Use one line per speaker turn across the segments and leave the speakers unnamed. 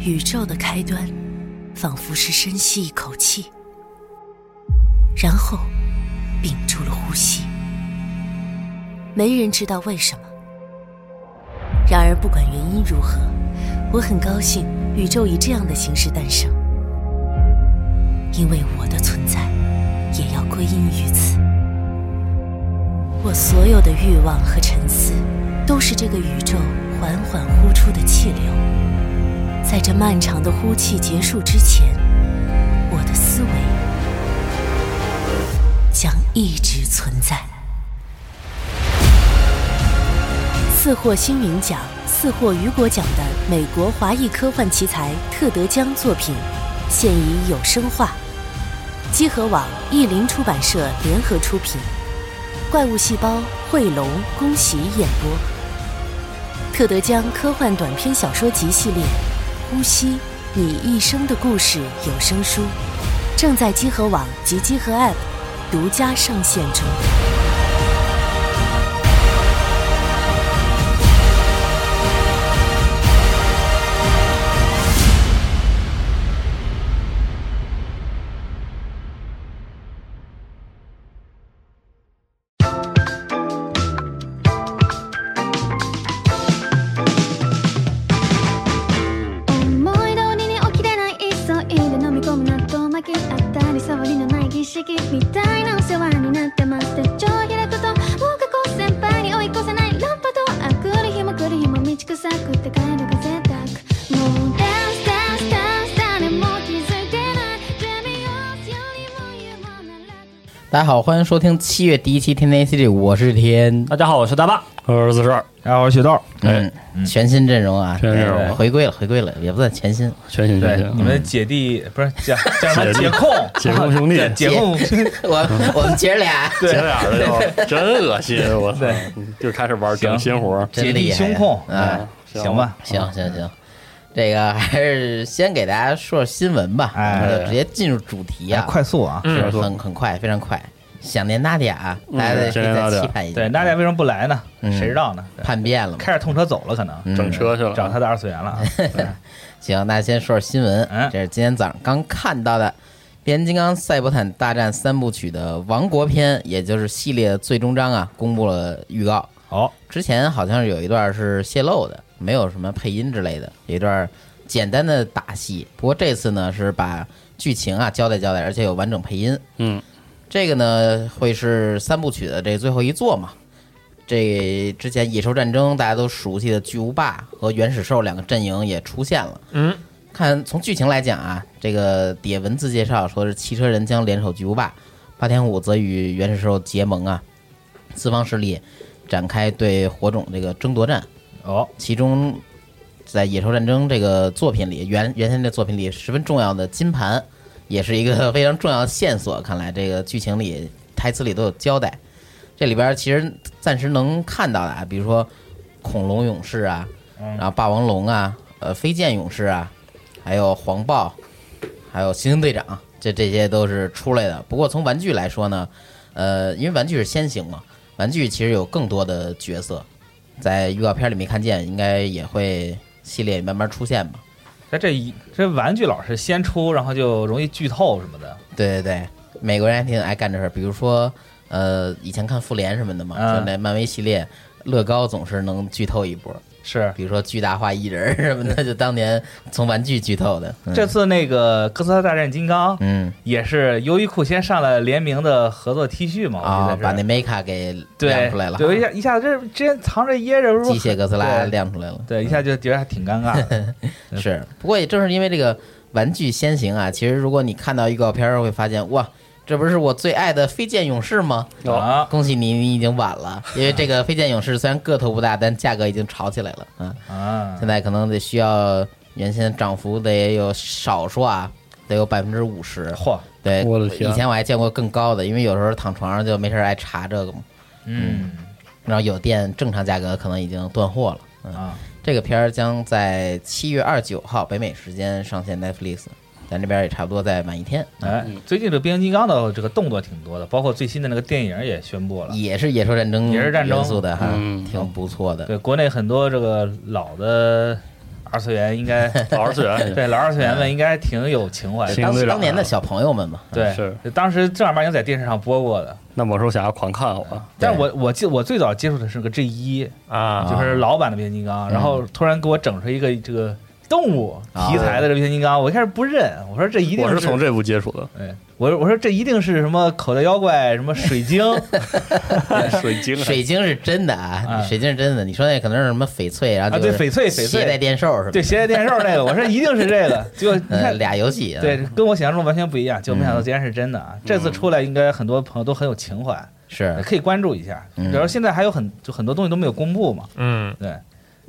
宇宙的开端，仿佛是深吸一口气，然后屏住了呼吸。没人知道为什么。然而，不管原因如何，我很高兴宇宙以这样的形式诞生，因为我的存在也要归因于此。我所有的欲望和沉思，都是这个宇宙缓缓呼出的气流。在这漫长的呼气结束之前，我的思维将一直存在。四获星云奖、四获雨果奖的美国华裔科幻奇才特德·江作品，现已有声化，积禾网、译林出版社联合出品，怪物细胞汇龙、恭喜演播。特德·江科幻短篇小说集系列《呼吸》，你一生的故事有声书，正在积禾网及积禾 App 独家上线中。
思い通りに起きれない急いで飲み込む納豆巻きあったり触りのない儀式みたいなお世話になってます手帳開くともう過去先輩に追い越せない論破とあくる日も来る日も道草くって帰るが贅沢もうダンスダンスダンス誰も気づいてないデビオスよりも夢なら
大家好，欢迎收听七月第一期《天天 C 里》，我是天。
大家好，我是大巴，我是四十二，
然后雪豆，
哎，
嗯，全新阵容啊，
全新阵容
对回归了，回归了，也不算全新，
全新全
对，你
新，
们姐弟不是叫叫什
姐
么
弟
姐控？啊
解放兄弟
对，姐控，
我我们姐儿俩，
姐俩的就真恶心，我操，就开始玩整
行
新活儿，
真
姐
厉
弟
害
胸控
啊！
行吧，
行行行，这个还是先给大家说说新闻吧，
哎
我们直接进入主题
哎
啊，
快速啊！
是
快速
很很快，非常快。想念娜迪亚啊，大家再
想念
再
娜迪亚
期盼一下，
对，大家为什么不来呢？
嗯
谁知道呢？对
叛变了嘛？
开着痛车走了，可能
嗯
整车去了，
找他的二次元了啊。
行，那先说说新闻
嗯，
这是今天早上刚看到的《变形金刚：赛博坦大战三部曲》的王国篇，也就是系列的最终章啊，公布了预告。
哦，
之前好像是有一段是泄露的，没有什么配音之类的，有一段简单的打戏。不过这次呢，是把剧情啊交代交代，而且有完整配音。
嗯，
这个呢会是三部曲的这最后一作嘛？这之前野兽战争大家都熟悉的巨无霸和原始兽两个阵营也出现了。
嗯，
看从剧情来讲啊，这个底下文字介绍说是汽车人将联手巨无霸，霸天虎则与原始兽结盟啊，四方势力展开对火种这个争夺战。
哦，
其中，在《野兽战争》这个作品里，原原先这作品里十分重要的金盘，也是一个非常重要的线索。看来这个剧情里、台词里都有交代。这里边其实暂时能看到的啊，比如说恐龙勇士啊，然后霸王龙啊，呃，飞剑勇士啊，还有黄豹，还有猩猩队长，这这些都是出来的。不过从玩具来说呢，呃，因为玩具是先行嘛，玩具其实有更多的角色，在预告片里没看见，应该也会系列慢慢出现吧。
那这一这玩具老是先出，然后就容易剧透什么的。
对对对，美国人还挺爱干这事儿，比如说呃，以前看复联什么的嘛，
嗯
就那漫威系列。乐高总是能剧透一波，
是，
比如说巨大化蚁人儿什么的， 就当年从玩具剧透的。嗯
这次那个哥斯拉大战金刚
嗯
也是优衣库先上了联名的合作 T 恤嘛，我
啊、
记
把
得
那
是。
梅卡给亮
对
出来了，，啊
对，一下一下子这之前藏着掖着，不 是
机械哥斯拉
对
亮出来了。
对，一下就觉得还挺尴尬的。对
是，不过也正是因为这个玩具先行啊，其实如果你看到预告片儿会发现，哇，这不是我最爱的飞剑勇士吗？
哦
啊
恭喜你，你已经晚了，因为这个飞剑勇士虽然个头不大，但价格已经炒起来了啊，
啊
现在可能得需要原先涨幅得也有少说啊，得有百分之五十。
嚯，
对，
我的天
以前我还见过更高的，因为有时候躺床上就没事儿爱查这个嘛，
嗯
然后有店正常价格可能已经断货了。嗯，
啊，
这个片儿将在七月二十九号北美时间上线 Netflix，咱这边也差不多再晚一天。
嗯
哎，最近这变形金刚的这个动作挺多的，包括最新的那个电影也宣布了。
也是野兽战争，
也是战争
元素的哈，
嗯
挺不错的。
对，国内很多这个老的二次元 应该
老二次元
对老二次元们应该挺有情怀的。
行
当
队长
当年的小朋友们嘛，
对，
是
当时正儿八经在电视上播过的。
那魔兽侠狂看我，
但是我我记我最早接触的是个 G 一，
啊，
就是老版的变形金刚，然后
嗯
突然给我整出一个这个动物题材的这变形金刚，我一开始不认，我说这一定
我是从
是。
这部接触的
哎，我说我说这一定是什么口袋妖怪，什么水 晶，
水晶啊，
水晶是真的
啊
啊，水晶是真的。你说那可能是什么翡翠，然后
啊
就是
对翡翠翡翠
携带电兽什么
对，
的，
携带电视那个，我说一定是这个，结果你
呃，
看
俩嗯游戏啊，
对，跟我想象中完全不一样，结果没想到竟然是真的啊！这次出来，应该很多朋友都很有情怀，
是，
可以关注一下。
嗯
然后现在还有很就很多东西都没有公布嘛，
嗯，
对，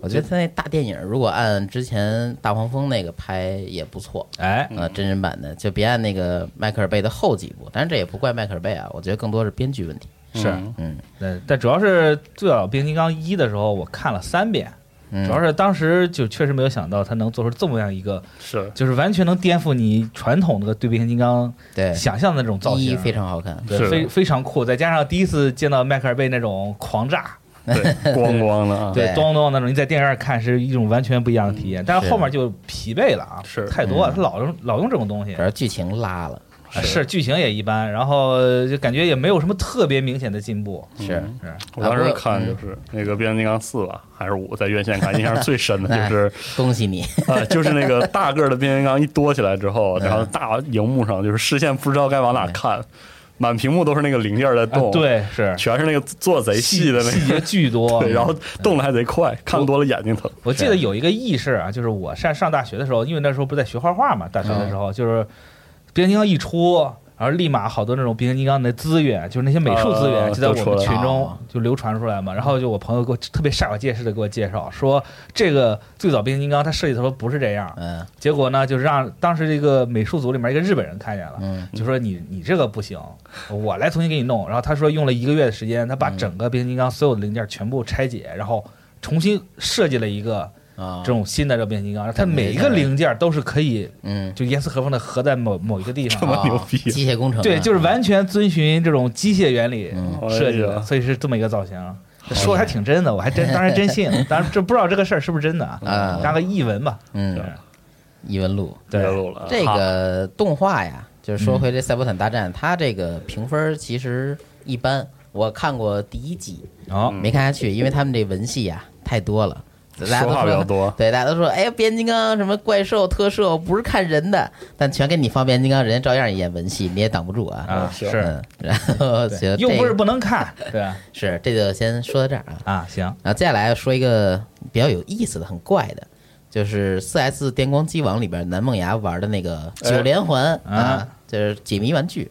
我觉得他那大电影如果按之前大黄蜂那个拍也不错，
哎，
呃，真人版的就别按那个迈克尔贝的后几部，但是这也不怪迈克尔贝啊，我觉得更多是编剧问题。
是
嗯
嗯
对，但主要是最早《变形金刚一》的时候，我看了三遍，
嗯，
主要是当时就确实没有想到他能做出这么样一个，
是
就是完全能颠覆你传统的对变形金刚
对
想象的那种造
一
型，啊
非常好看，
对
是
非非常酷，再加上第一次见到迈克尔贝那种狂炸，
对，咣咣的啊，
对，
对
咚咚那种，你在电影院看是一种完全不一样的体验，但是
是
后面就疲惫了啊，
是
太多了，他老用老用这种东西
主，要剧情拉了，
啊是剧情也一般，然后就感觉也没有什么特别明显的进步，
是
嗯
是
我当时看就是那个《变形金刚四》吧，还是五，在院线看，印象最深的就是
恭喜你，
啊，就是那个大个儿的变形金刚一多起来之后，然后大荧幕上就是视线不知道该往哪看，满屏幕都是那个零件在
啊
动，，
对是
全是那个做贼细的那
细
个，
节巨
哦嗯
多，
对，然后动的还贼快，看多了眼睛疼。
我记得有一个轶事啊，就是我上上大学的时候，因为那时候不是在学画画嘛，大学
嗯
的时候、就是变形金刚一出，然后立马好多那种变形金刚的资源，就是那些美术资源
啊
就在我们
都出来
群
呃了
中
啊
就流传出来嘛。然后就我朋友给我特别煞有介事的给我介绍说，这个最早变形金刚它设计的时候不是这样，
嗯
结果呢就让当时这个美术组里面一个日本人看见了。
嗯，
就说你你这个不行，我来重新给你弄。然后他说用了一个月的时间，他把
嗯
整个变形金刚所有的零件全部拆解，然后重新设计了一个
啊，
这种新的这个变形金刚，它
感觉
每一个
是
零件都是可以
嗯，
就严丝合缝的合在某某一个地
这
方
么
啊，
牛逼
啊机械工程啊，
对，就是完全遵循这种机械原理
嗯
设计
哎
的，
呀
所以是这么一个造型。说的还挺真的，我还 真当时真信了，当然这不知道这个事儿是不是真的啊
啊，
当个译文吧。
嗯，异闻录
对
别录了啊，
这
哈
个动画呀，就是说回这赛博坦大战，它这个评分其实一般，我看过第一集
哦，
没看下去，因为他们这文戏呀太多了。大家都
说话比较多
对，大家都说，哎，变形金刚什么怪兽特摄不是看人的，但全给你放变形金刚，人家照样演文戏，你也挡不住啊。
啊是，
嗯，然后
对
行，
又
这
不是不能看， 对吧
是，这就先说到这儿啊。
啊，行，
然后接下来说一个比较有意思的、很怪的，就是4 S 电光机网里边南梦崖玩的那个九连环、
哎
啊
啊，
就是解谜玩具，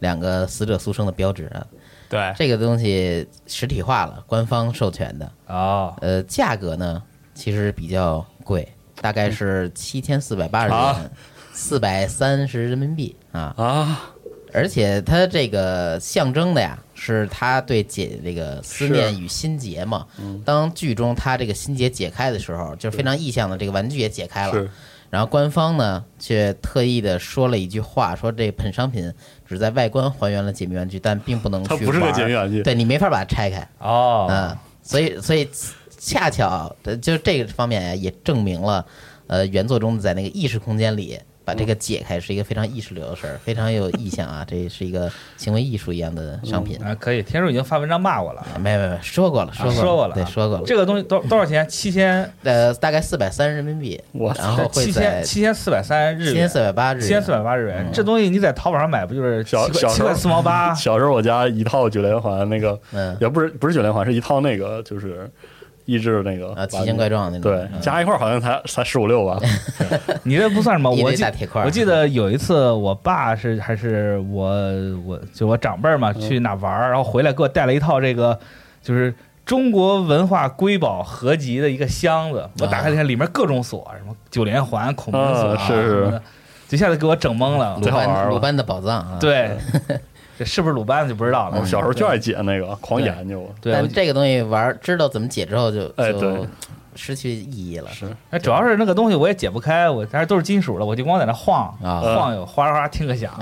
两个死者苏生的标志啊。
哎
对，
这个东西实体化了，官方授权的，
哦，
呃，价格呢其实比较贵，大概是七千四百八十
啊
元，四百三十人民币啊。
啊，
而且它这个象征的呀，是他对解这个思念与心结嘛。
嗯
当剧中他这个心结解开的时候，就是非常意象的这个玩具也解开了
是。
然后官方呢，却特意的说了一句话，说这本商品只在外观还原了解谜玩具，但并不能去
它不是个
玩
解谜玩具
对你没法把它拆开。
哦，
嗯，所以所以恰巧呃就这个方面呀，也证明了，呃，原作中在那个意识空间里把这个解开是一个非常意识流的事儿，非常有意向 啊，这是一个行为艺术一样的商品。
啊，可以，天叔已经发文章骂我了啊，
没没没，说过了，
啊
过了，
说过了啊，
对，说过了。
这个东西多多少钱？七千，
呃，大概四百三十人民币，
我
然后哦会
七千
在
七千四百三日
七
元
千四。百八日元，嗯
七千四百八日元，这东西你在淘宝上买不就是七
小
块
小
七
时候？
块四毛八
啊小时候我家一套九连环那个，
嗯
也不是不是九连环，是一套那个就是益智那个
啊，奇形怪状那种，
对，加一块儿好像才才十 五六吧，
你这不算什么，
一堆
我记
大铁块儿
我记得有一次，我爸是还是我我就我长辈儿嘛，
嗯
去哪玩儿，然后回来给我带了一套这个就是中国文化瑰宝合集的一个箱
啊
子，我打开一看，里面各种锁，什么九连环、孔门锁、
啊是是
什么的，就一下子给我整懵了。
鲁
最好玩
班
了
鲁班的宝藏啊，。
对，这是不是鲁班就不知道了。
我小时候就爱解那个，狂研究。
对，我
但这个东西玩儿知道怎么解之后就
哎
就
对
失去意义了。
是
那主要是那个东西我也解不开，我但是都是金属的，我就光在那晃
啊
晃悠，哗啦哗啦听 个响，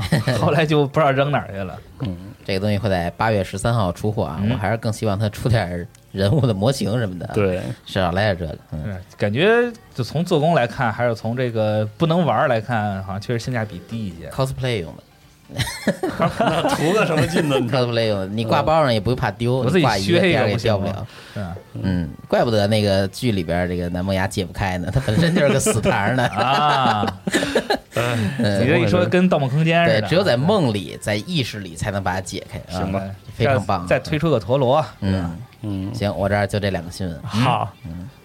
后来就不知道扔哪儿去了。
嗯，
这个东西会在八月十三号出货啊，
嗯
我还是更希望它出点人物的模型什么的，，
对，
少来点这个。嗯，
嗯，感觉就从做工来看，还是从这个不能玩儿来看，好像确实性价比低 一些。
cosplay 用的
那图个什 么劲呢？你看，
，cosplay 用的，你挂包上也不会怕丢，
我自己
你挂一个，
削一
第
个
二
不
也
行
掉不
吗
了。
嗯。
嗯，怪不得那个剧里边这个南梦牙解不开呢， 它本身就是个死牌儿呢
啊， 你这一说跟《盗梦空间》似
哎对
的，，
只有在梦里，在意识里才能把它解开。啊
行吧
嗯，
非常棒啊
再再推出个陀螺，
嗯，
嗯，
行，我这儿就这两个新闻。
好，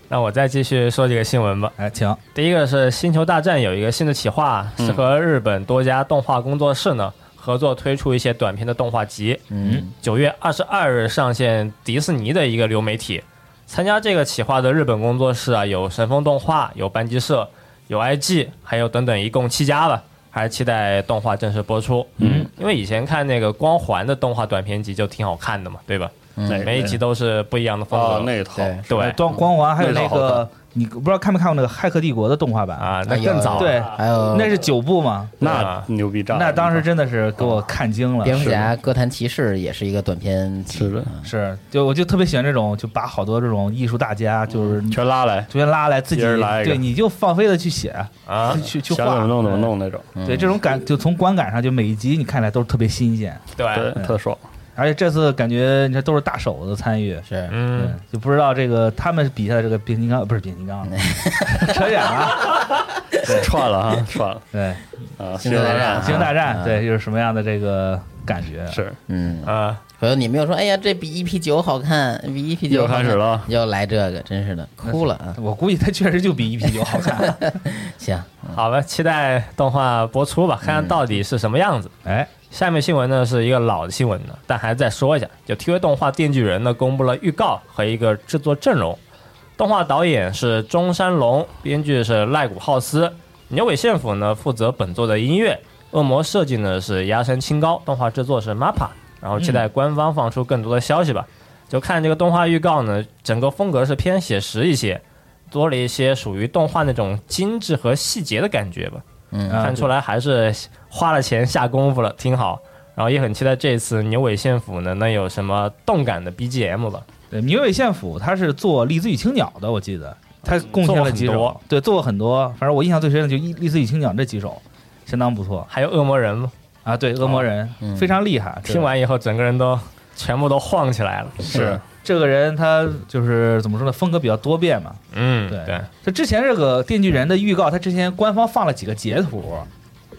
那我再继续说几个新闻吧。
哎，请
第一个是《星球大战》有一个新的企划，是和日本多家动画工作室呢合作推出一些短片的动画集。
嗯
九月二十二日上线迪士尼的一个流媒体。参加这个企划的日本工作室啊，有神风动画、有班级社、有 IG，还有等等，一共七家吧。还期待动画正式播出。嗯，因为以前看那个《光环》的动画短片集就挺好看的嘛，对吧？
嗯
哪
每一集都是不一样的风格。
啊哎那套
对
对
光光环还有那
那套好
个，你不知道看没看过那个《骇客帝国》的动画版？
啊，那
哎呦
更早了。
对，
还有
那是九部嘛，
那牛逼炸了！
那当时真的是给我看惊了。
蝙蝠侠、哥谭骑士也是一个短片集，
是的
是，就我就特别喜欢这种，就把好多这种艺术大家，就是
全拉来，
逐渐拉来自己，
一人嗯拉一个
对，你就放飞的去写，
啊，
去去
想
去
怎
画，
么弄怎么弄嗯那种，
对，这种感就从观感上，就每一集你看起来都是特别新鲜，
哎
对，
嗯
特爽。
而且这次感觉你这都是大手子参与，
是
对
嗯，，
就不知道这个他们比下的这个变形金刚不是变形金刚，啊 扯远了，
串了哈，串了
啊对，
啊！
星球大战
《星球大战
啊》
对，又是什么样的这个感觉？
是
嗯，
啊，
回头你们又说，哎呀，这比 EP 九好看，比 EP 九
又开始了，
又来这个，真是的，哭了啊！
我估计它确实就比一 P 九好 看，
行，
好吧，期待动画播出吧，看看到底是什么样子。
哎，
下面新闻呢是一个老的新闻了，但还是再说一下，就 TV 动画《电锯人》呢公布了预告和一个制作阵容，动画导演是中山龙，编剧是赖谷浩司，牛尾宪辅呢负责本作的音乐，恶魔设计呢是压山清高，动画制作是 MAPPA，然后期待官方放出更多的消息吧。就看这个动画预告呢，整个风格是偏写实一些，多了一些属于动画那种精致和细节的感觉吧。
嗯
嗯
啊
看出来还是花了钱下功夫了，挺好。然后也很期待这次牛尾宪辅呢能有什么动感的 BGM 吧。
对，明尾宪辅他是做《栗子与青鸟》的，我记得他贡献了几
嗯做过很
首
多，
对，做过很多。反正我印象最深的就《一栗子与青鸟》这几首，相当不错
还有恶魔人嘛，
啊。对，恶魔人、
嗯
非常厉害。
听完以后整个人都全部都晃起来了。
是，
这个人，他就是怎么说呢？风格比较多变嘛。
嗯，
对
对，
他之前这个《电锯人》的预告，他之前官方放了几个截图，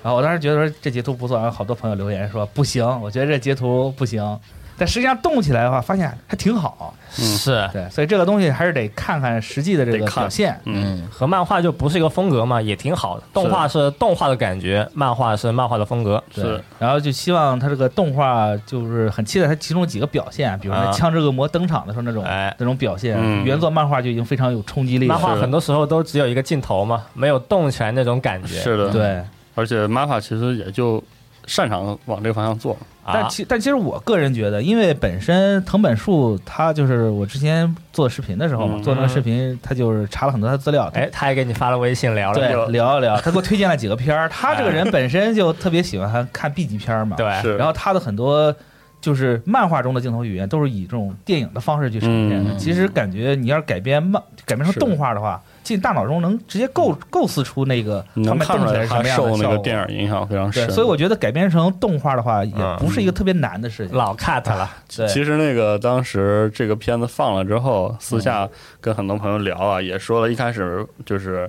然后我当时觉得说这截图不错，然后好多朋友留言说不行，我觉得这截图不行。但实际上动起来的话，发现还挺好。
是
对，所以这个东西还是得看看实际的这
得
个
看
表现。
嗯，
嗯，
和漫画就不是一个风格嘛，也挺好的。动画是动画的感觉，漫画是漫画的风格。
对
是，
然后就希望他这个动画就是很期待他其中几个表现，比如说
啊
枪支恶魔登场的时候那种、
哎
那种表现，
嗯
原作漫画就已经非常有冲击力了。
漫画
是
很多时候都只有一个镜头嘛，没有动起来那种感觉。
是的，。
对，
嗯
而且 MAPA 其实也就擅长往这个方向做，
但
啊，
其但其实我个人觉得，因为本身藤本树他就是我之前做视频的时候嘛，
嗯
做那个视频他就是查了很多他资料，
哎，他还给你发了微信聊哎
对
了。，
聊一聊，他给我推荐了几个片儿。他这个人本身就特别喜欢看 B 级片儿嘛，
对，
是
哎然后他的很多就是漫画中的镜头语言都是以这种电影的方式去呈现的。
嗯
其实感觉你要是改编漫改编成
是
动画的话，进大脑中能直接构构思出那个
你
他
能
们
看
动
出
起
来
来是什
他
么样的
受那
效
个
果。
电影影响非常
对，
深。嗯
所以我觉得改编成动画的话，也不是一个特别难的事情。
老 cut 了。
对，
其实那个当时这个片子放了之后，
嗯
私下跟很多朋友聊啊，也说了一开始就是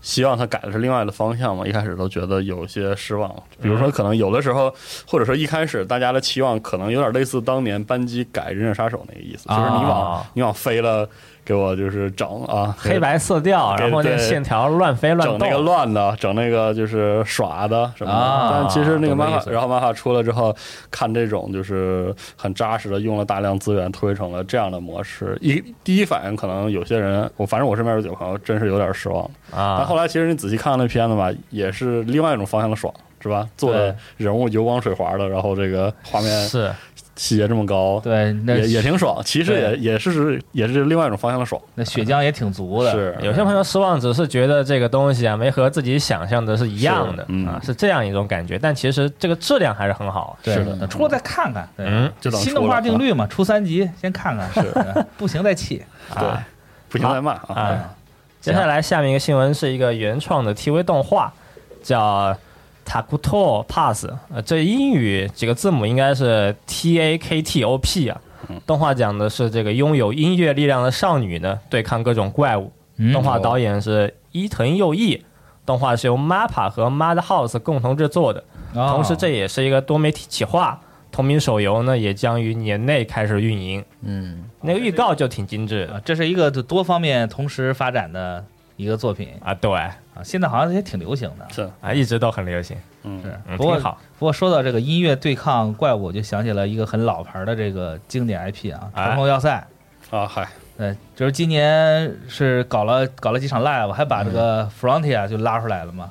希望他改的是另外的方向嘛，一开始都觉得有些失望。比
嗯
如说，可能有的时候，或者说一开始大家的期望可能有点类似当年班机改《忍者杀手》那个意思，就是你往
啊
你往飞了，给我就是整啊
黑。白色调，
对
然后那个
对
线条乱飞乱
整
动，
那个乱的，整那个就是耍的什么的，
啊
但其实那个
懂这
漫
意
画，
思
然后漫画出了之后，看这种就是很扎实的，用了大量资源推成了这样的模式。一第一反应可能有些人，我反正我身边有几个朋友真是有点失望。但
啊
后来其实你仔细看看那片子吧，也是另外一种方向的爽，是吧？做的人物油光水滑的，然后这个画面
是
细节这么高，
对，那
也也挺爽。其实
对
也也是也是另外一种方向的爽，
那血浆也挺足的，
是
有些朋友失望只是觉得这个东西啊没和自己想象的是一样的
是嗯
啊，是这样一种感觉，但其实这个质量还是很好。
对
是的
那出了再看看，对
嗯
就等
新
出
动
了
画
啊
定律嘛，出三集先看看，
是
对不行再弃。
对
啊，
不行再骂啊。
啊。接下来下面一个新闻是一个原创的 TV 动画，叫 Takuto Pass，呃，这英语几个字母应该是 T A K T O P 啊。
嗯
动画讲的是这个拥有音乐力量的少女呢，对抗各种怪物。
嗯
动画导演是伊藤佑一，动画是由 MAPPA 和 Madhouse 共同制作的。
哦
同时，这也是一个多媒体企划，同名手游呢也将于年内开始运营。
嗯，
那个预告就挺精致的
啊这是一个就多方面同时发展的一个作品
啊，对
啊，现在好像也挺流行的。
是，
啊，一直都很流行，
嗯，
是，
嗯，
不过
挺好。
不过说到这个音乐对抗怪物，我就想起了一个很老牌的这个经典 IP 啊，《
哎
冲锋要塞》。
啊，嗨，
对，就是今年是搞了搞了几场 live，还把这
嗯
个 Frontier 就拉出来了嘛。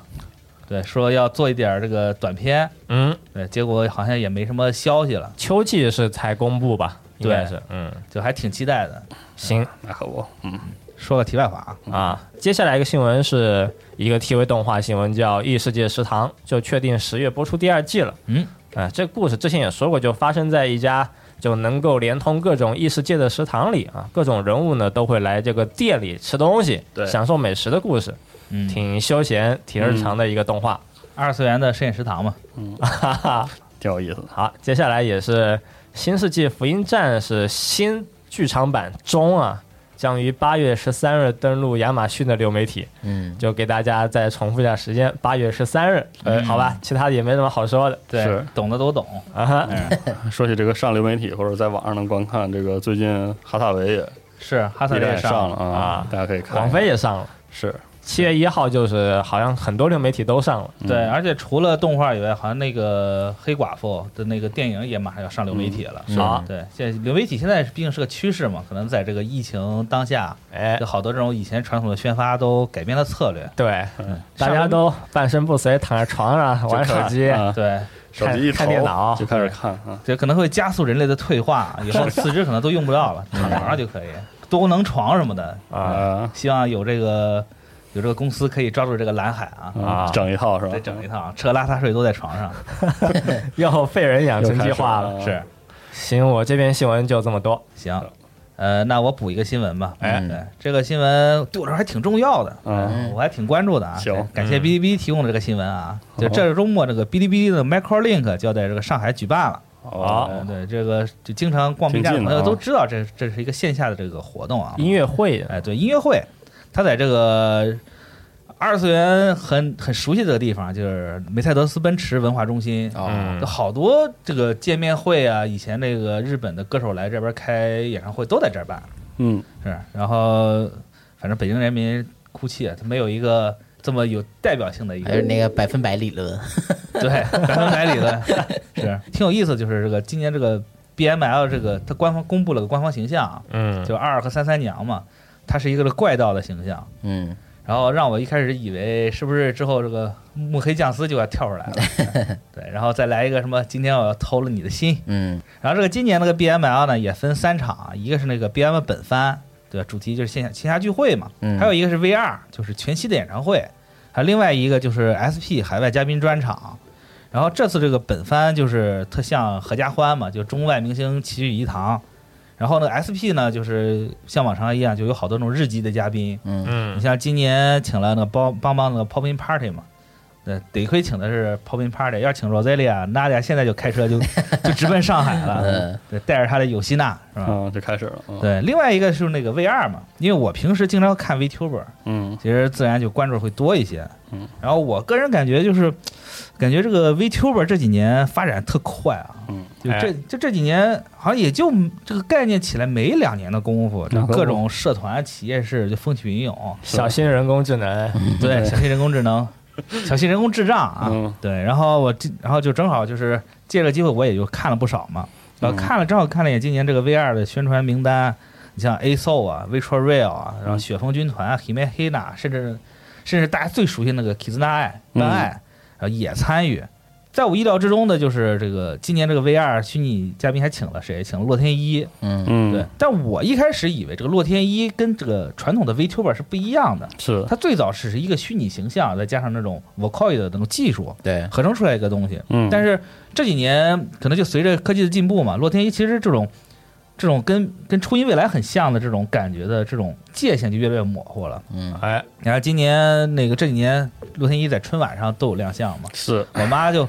对，说要做一点这个短片，
嗯，
对，结果好像也没什么消息了，
秋季是才公布吧？应该是，嗯，
就还挺期待的。
行
那可不，嗯，
说个题外话啊，
啊。接下来一个新闻是一个 TV 动画新闻，叫《异世界食堂》，就确定十月播出第二季了。
嗯，
啊，这故事之前也说过，就发生在一家就能够连通各种异世界的食堂里啊，各种人物呢都会来这个店里吃东西，
对
享受美食的故事，
嗯，
挺休闲、挺日常的一个动画。
二次元的深夜食堂嘛，
哈哈。
嗯挺有意思的。
好，接下来也是《新世纪福音战士》新剧场版中啊，将于八月十三日登陆亚马逊的流媒体。
嗯，
就给大家再重复一下时间，八月十三日。呃，好吧，其他的也没什么好说的
对
是，
懂的都懂，
啊哈。
说起这个上流媒体或者在网上能观看，这个最近哈萨维也
是哈萨
也
克
也上
了
了
啊
啊，大家可以看。
王菲也上了，
是
七月一号就是好像很多流媒体都上了。
对，而且除了动画以外，好像那个黑寡妇的那个电影也马上要上流媒体了。
是
好，
对，现在流媒体现在毕竟是个趋势嘛，可能在这个疫情当下，
哎
有，好多这种以前传统的宣发都改变了策略。
对，大家都半身不遂，躺在床上玩手机
就，看啊
对，
手机一
看
投
电脑
就开始看啊，
这可能会加速人类的退化，以后四肢可能都用不到了，躺床上就可以，多功能床什么的。
啊
啊
希望有这个有这个公司可以抓住这个蓝海啊，
嗯
啊
整一套是吧
得？整一套，吃喝拉撒睡都在床上。
要废人养
又
成
开
计
始
划了。
了，啊
是，
行，我这边新闻就这么多。
行，呃，那我补一个新闻吧。
哎
对，这个新闻对我来说还挺重要的。
嗯，
我还挺关注的啊。
行
感谢
嗯
哔哩哔哩提供的这个新闻啊。
好
就这周末，这个哔哩哔哩的 MicroLink 就要在这个上海举办了。
哦，
对，这个就经常逛 B 站
挺
的
近
朋
的啊
友都知道这，这是一个线下的这个活动啊。
音乐会
哎，对，音乐会，它在这个二次元很很熟悉的这个地方，就是梅赛德斯奔驰文化中心。
哦，
嗯
有，好多这个见面会啊，以前那个日本的歌手来这边开演唱会都在这儿办，
嗯，
是，然后反正北京人民哭泣啊，他没有一个这么有代表性的一个，
还是那个百分百理论，
对百分百理论， 是挺有意思。就是这个今年这个 BML 这个，它官方公布了个官方形象啊，
嗯，
就二和三三娘嘛，它是一个这怪盗的形象。
嗯，
然后让我一开始以为是不是之后这个幕黑酱司就要跳出 来了，对，然后再来一个什么今天我要偷了你的心，
嗯，
然后这个今年那个 BML 呢也分三场啊，一个是那个 BM 本番，对吧？主题就是线下线下聚会嘛，
嗯
还有一个是 VR，就是全息的演唱会，还有另外一个就是 SP 海外嘉宾专场。然后这次这个本番就是特像合家欢嘛，就中外明星齐聚一堂。然后呢，SP 呢就是像往常一样，就有好多那种日籍的嘉宾。你
嗯，
像今年请了那个帮帮帮那个 Poppin Party 嘛，对，得亏请的是 Poppin Party，要请 Roselia、Nadia，现在就开车就就直奔上海了。
呃，
对，带着他的有希娜是吧？
嗯，就开始了，嗯
对，另外一个是那个 VR 嘛，因为我平时经常看 VTuber，
嗯，
其实自然就关注会多一些。
嗯，
然后我个人感觉就是，感觉这个 VTuber 这几年发展特快啊，
嗯，
就
哎
这就这几年好像也就这个概念起来没两年的功夫，这
那可不
各种社团、企业是就风起云涌，
小心人工智能，
对，小心人工智能，小心人工智障啊。
嗯
对，然后我这，然后就正好就是借着机会，我也就看了不少嘛。然后
嗯
看了正好看了一眼今年这个 V 2的宣传名单，你像 A Soul 啊、Virtual Real 啊，
嗯
然后雪峰军团、啊、Hime Hina，甚至甚至大家最熟悉那个 Kizuna 爱、
嗯
班爱，然后也参与。在我意料之中的就是这个今年这个 VR 虚拟嘉宾还请了谁？请了洛天依，
嗯，
嗯，
对，，但我一开始以为这个洛天依跟这个传统的 VTuber 是不一样的，
是的，
它最早只是一个虚拟形象，再加上那种 vocoid 的那种技术
对，
合成出来一个东西。
嗯，
但
是
是这几年可能就随着科技的进步嘛，洛天依其实这种这种跟跟初音未来很像的这种感觉的这种界限就越来越模糊了。
嗯，
哎，
然后今年那个这几年洛天依在春晚上都有亮相嘛，
是
我妈就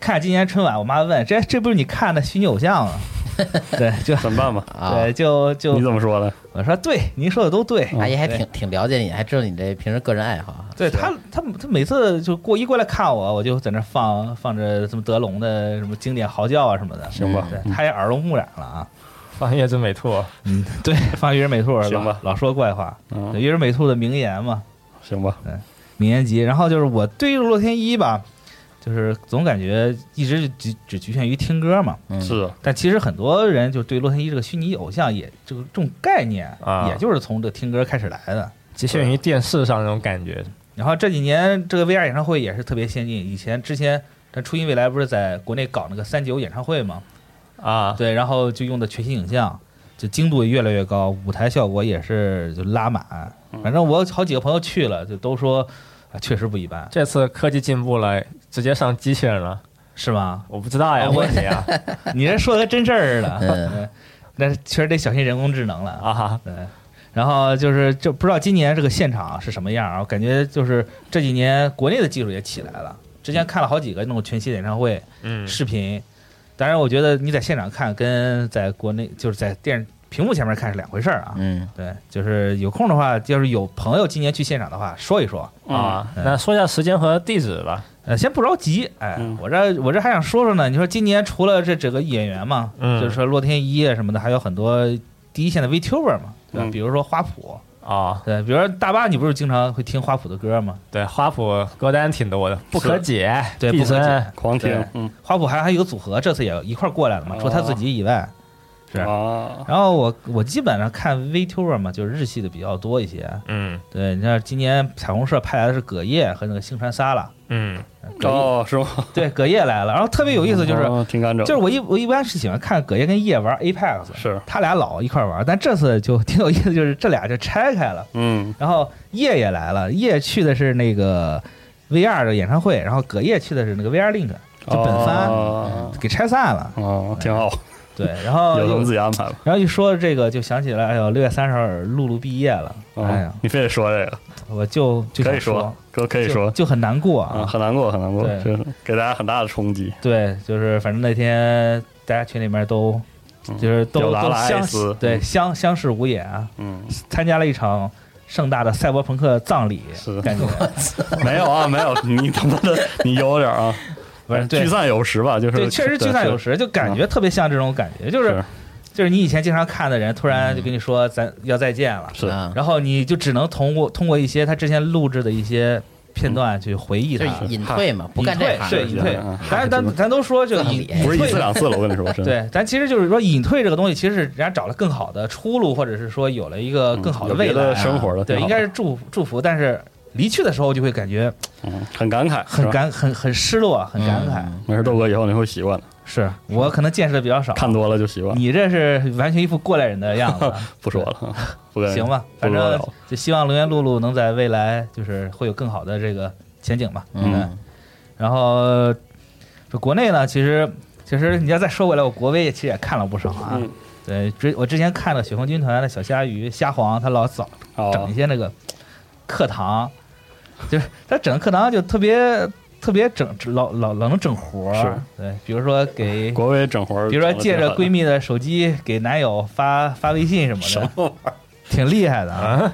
看今年春晚，我妈问这这不是你看的虚拟偶像吗？ 对，就
怎么办吧？
啊，
对就就
你怎么说的？
我说对，您说的都对。
阿姨还
对
挺挺了解你，还知道你这平时个人爱好啊。
对他，他他每次就过一过来看我，我就在那放放着什么德龙的什么经典嚎叫啊什么的，
行吧嗯
对，他也耳濡目染了啊。
放月之美兔，
嗯，对，放月人美兔儿
行吧
老老说怪话，
嗯
对，月人美兔的名言嘛，
行吧，
名言集。然后就是我对于洛天依吧，就是总感觉一直就只只局限于听歌嘛，
嗯，
是的，
但其实很多人就对洛天依这个虚拟偶像也这个这种概念，
啊
也就是从这听歌开始来的。
局限于电视上那种感觉，
然后这几年这个 VR 演唱会也是特别先进，以前之前这初音未来不是在国内搞那个三九演唱会嘛，
啊，
对，然后就用的全息影像，就精度也越来越高，舞台效果也是就拉满。反正我有好几个朋友去了，就都说啊，确实不一般，
这次科技进步了，直接上机器人了，
是吗？
我不知道呀，
我
问你啊，
你这说的跟真事儿似的，
嗯，
但是确实得小心人工智能了啊。
啊哈，
对，然后就是就不知道今年这个现场是什么样啊？我感觉就是这几年国内的技术也起来了，之前看了好几个那种全息演唱会
嗯，
视频，当然我觉得你在现场看跟在国内就是在电视屏幕前面看是两回事儿啊。
嗯，
对，就是有空的话，要是有朋友今年去现场的话，说一说。
啊，
啊，
嗯
那说一下时间和地址吧，
呃，先不着急，哎，
嗯
我这我这还想说说呢。你说今年除了这整个演员嘛，
嗯
就是说洛天依啊什么的，还有很多第一线的 VTuber 嘛，对吧？
嗯
比如说花圃，
啊，
对，比如说大巴，你不是经常会听花圃的歌吗？
对，花圃歌单挺多的，不可解，
对
毕
不可解
生
嗯狂听
对，
嗯
花圃还还有个组合，这次也一块儿过来了嘛，除了他自己以外。是
啊，
然后我我基本上看 VTuber 嘛，就是日系的比较多一些。
嗯
对，你看今年彩虹社派来的是葛叶和那个星川沙拉，
嗯，
葛叶、
哦，是吗？
对葛叶来了，然后特哎别有意思就是。
哦听甘蔗，
就是我一我一般是喜欢看葛叶跟叶玩 Apex，
是
他俩老一块玩，但这次就挺有意思，就是这俩就拆开了，
嗯，
然后叶也来了，叶去的是那个 VR 的演唱会，然后葛叶去的是那个 VR Link，就本番、
哦，
给拆散了。
哦，挺好，
对，然后
有他们
哦又
自己安排吧。
然后一说这个，就想起来，哎呦，六月三十号露露毕业了，
嗯
哎呀，
你非得说这个，
我就就
可
想
以
说，，
哥可以
就
说，
就很难过
啊，
啊。
很难过，很难过，
对
真是给大家很大的冲击，
对，就是反正那天大家群里面都就是都
嗯表达
都
了爱
相
思
对
嗯
相相视无言啊，
嗯，
参加了一场盛大的赛博朋克葬礼，
是
感觉
没有啊，没有，你他妈的，你有点啊，
不是对
聚散有时吧，就是嗯
对，确实聚散有，时，就感觉特别像这种感觉，就是是就是你以前经常看的人，突然
嗯
就跟你说咱要再见了，
是
啊，
然后你就只能通过通过一些他之前录制的一些片段
嗯
去回忆
就
他，
是隐退嘛，不干
啊隐
这行，
退
嗯
对
是
隐退
嗯。
咱咱咱都说就隐
葬礼
不是
隐
一次
退，
两次了，我跟你说，真的，
对，咱其实就是说隐退这个东西，其实是人家找了更好的出路，或者是说有了一个
嗯
更好
有
的
别
未
的
来啊。
生活了，
对，
挺好
应该是祝福祝福，但是离去的时候就会感觉
嗯很感慨，是
很
吧。
感很很失落，很感慨。
嗯
没事，豆哥以后你会习惯的，
是我可能见识的比较少，
看多了就习惯了。
你这是完全一副过来人的样子。啊
不说了，嗯不跟
行吧，反
不说
正
了
就希望龙源露露能在未来就是会有更好的这个前景吧。
嗯，
然后这国内呢，其实其实你要再说回来，我国威其实也看了不少啊。
嗯
对，之我之前看了雪峰军团的小虾鱼虾皇，他老早
好
整一些那个课堂，就是他整课堂就特别特别整老老老能整活
是
儿。对，比如说给。
国威整活儿，
比如说借着闺
蜜
蜜的手机给男友发发微信什么的，挺厉害的啊。
啊，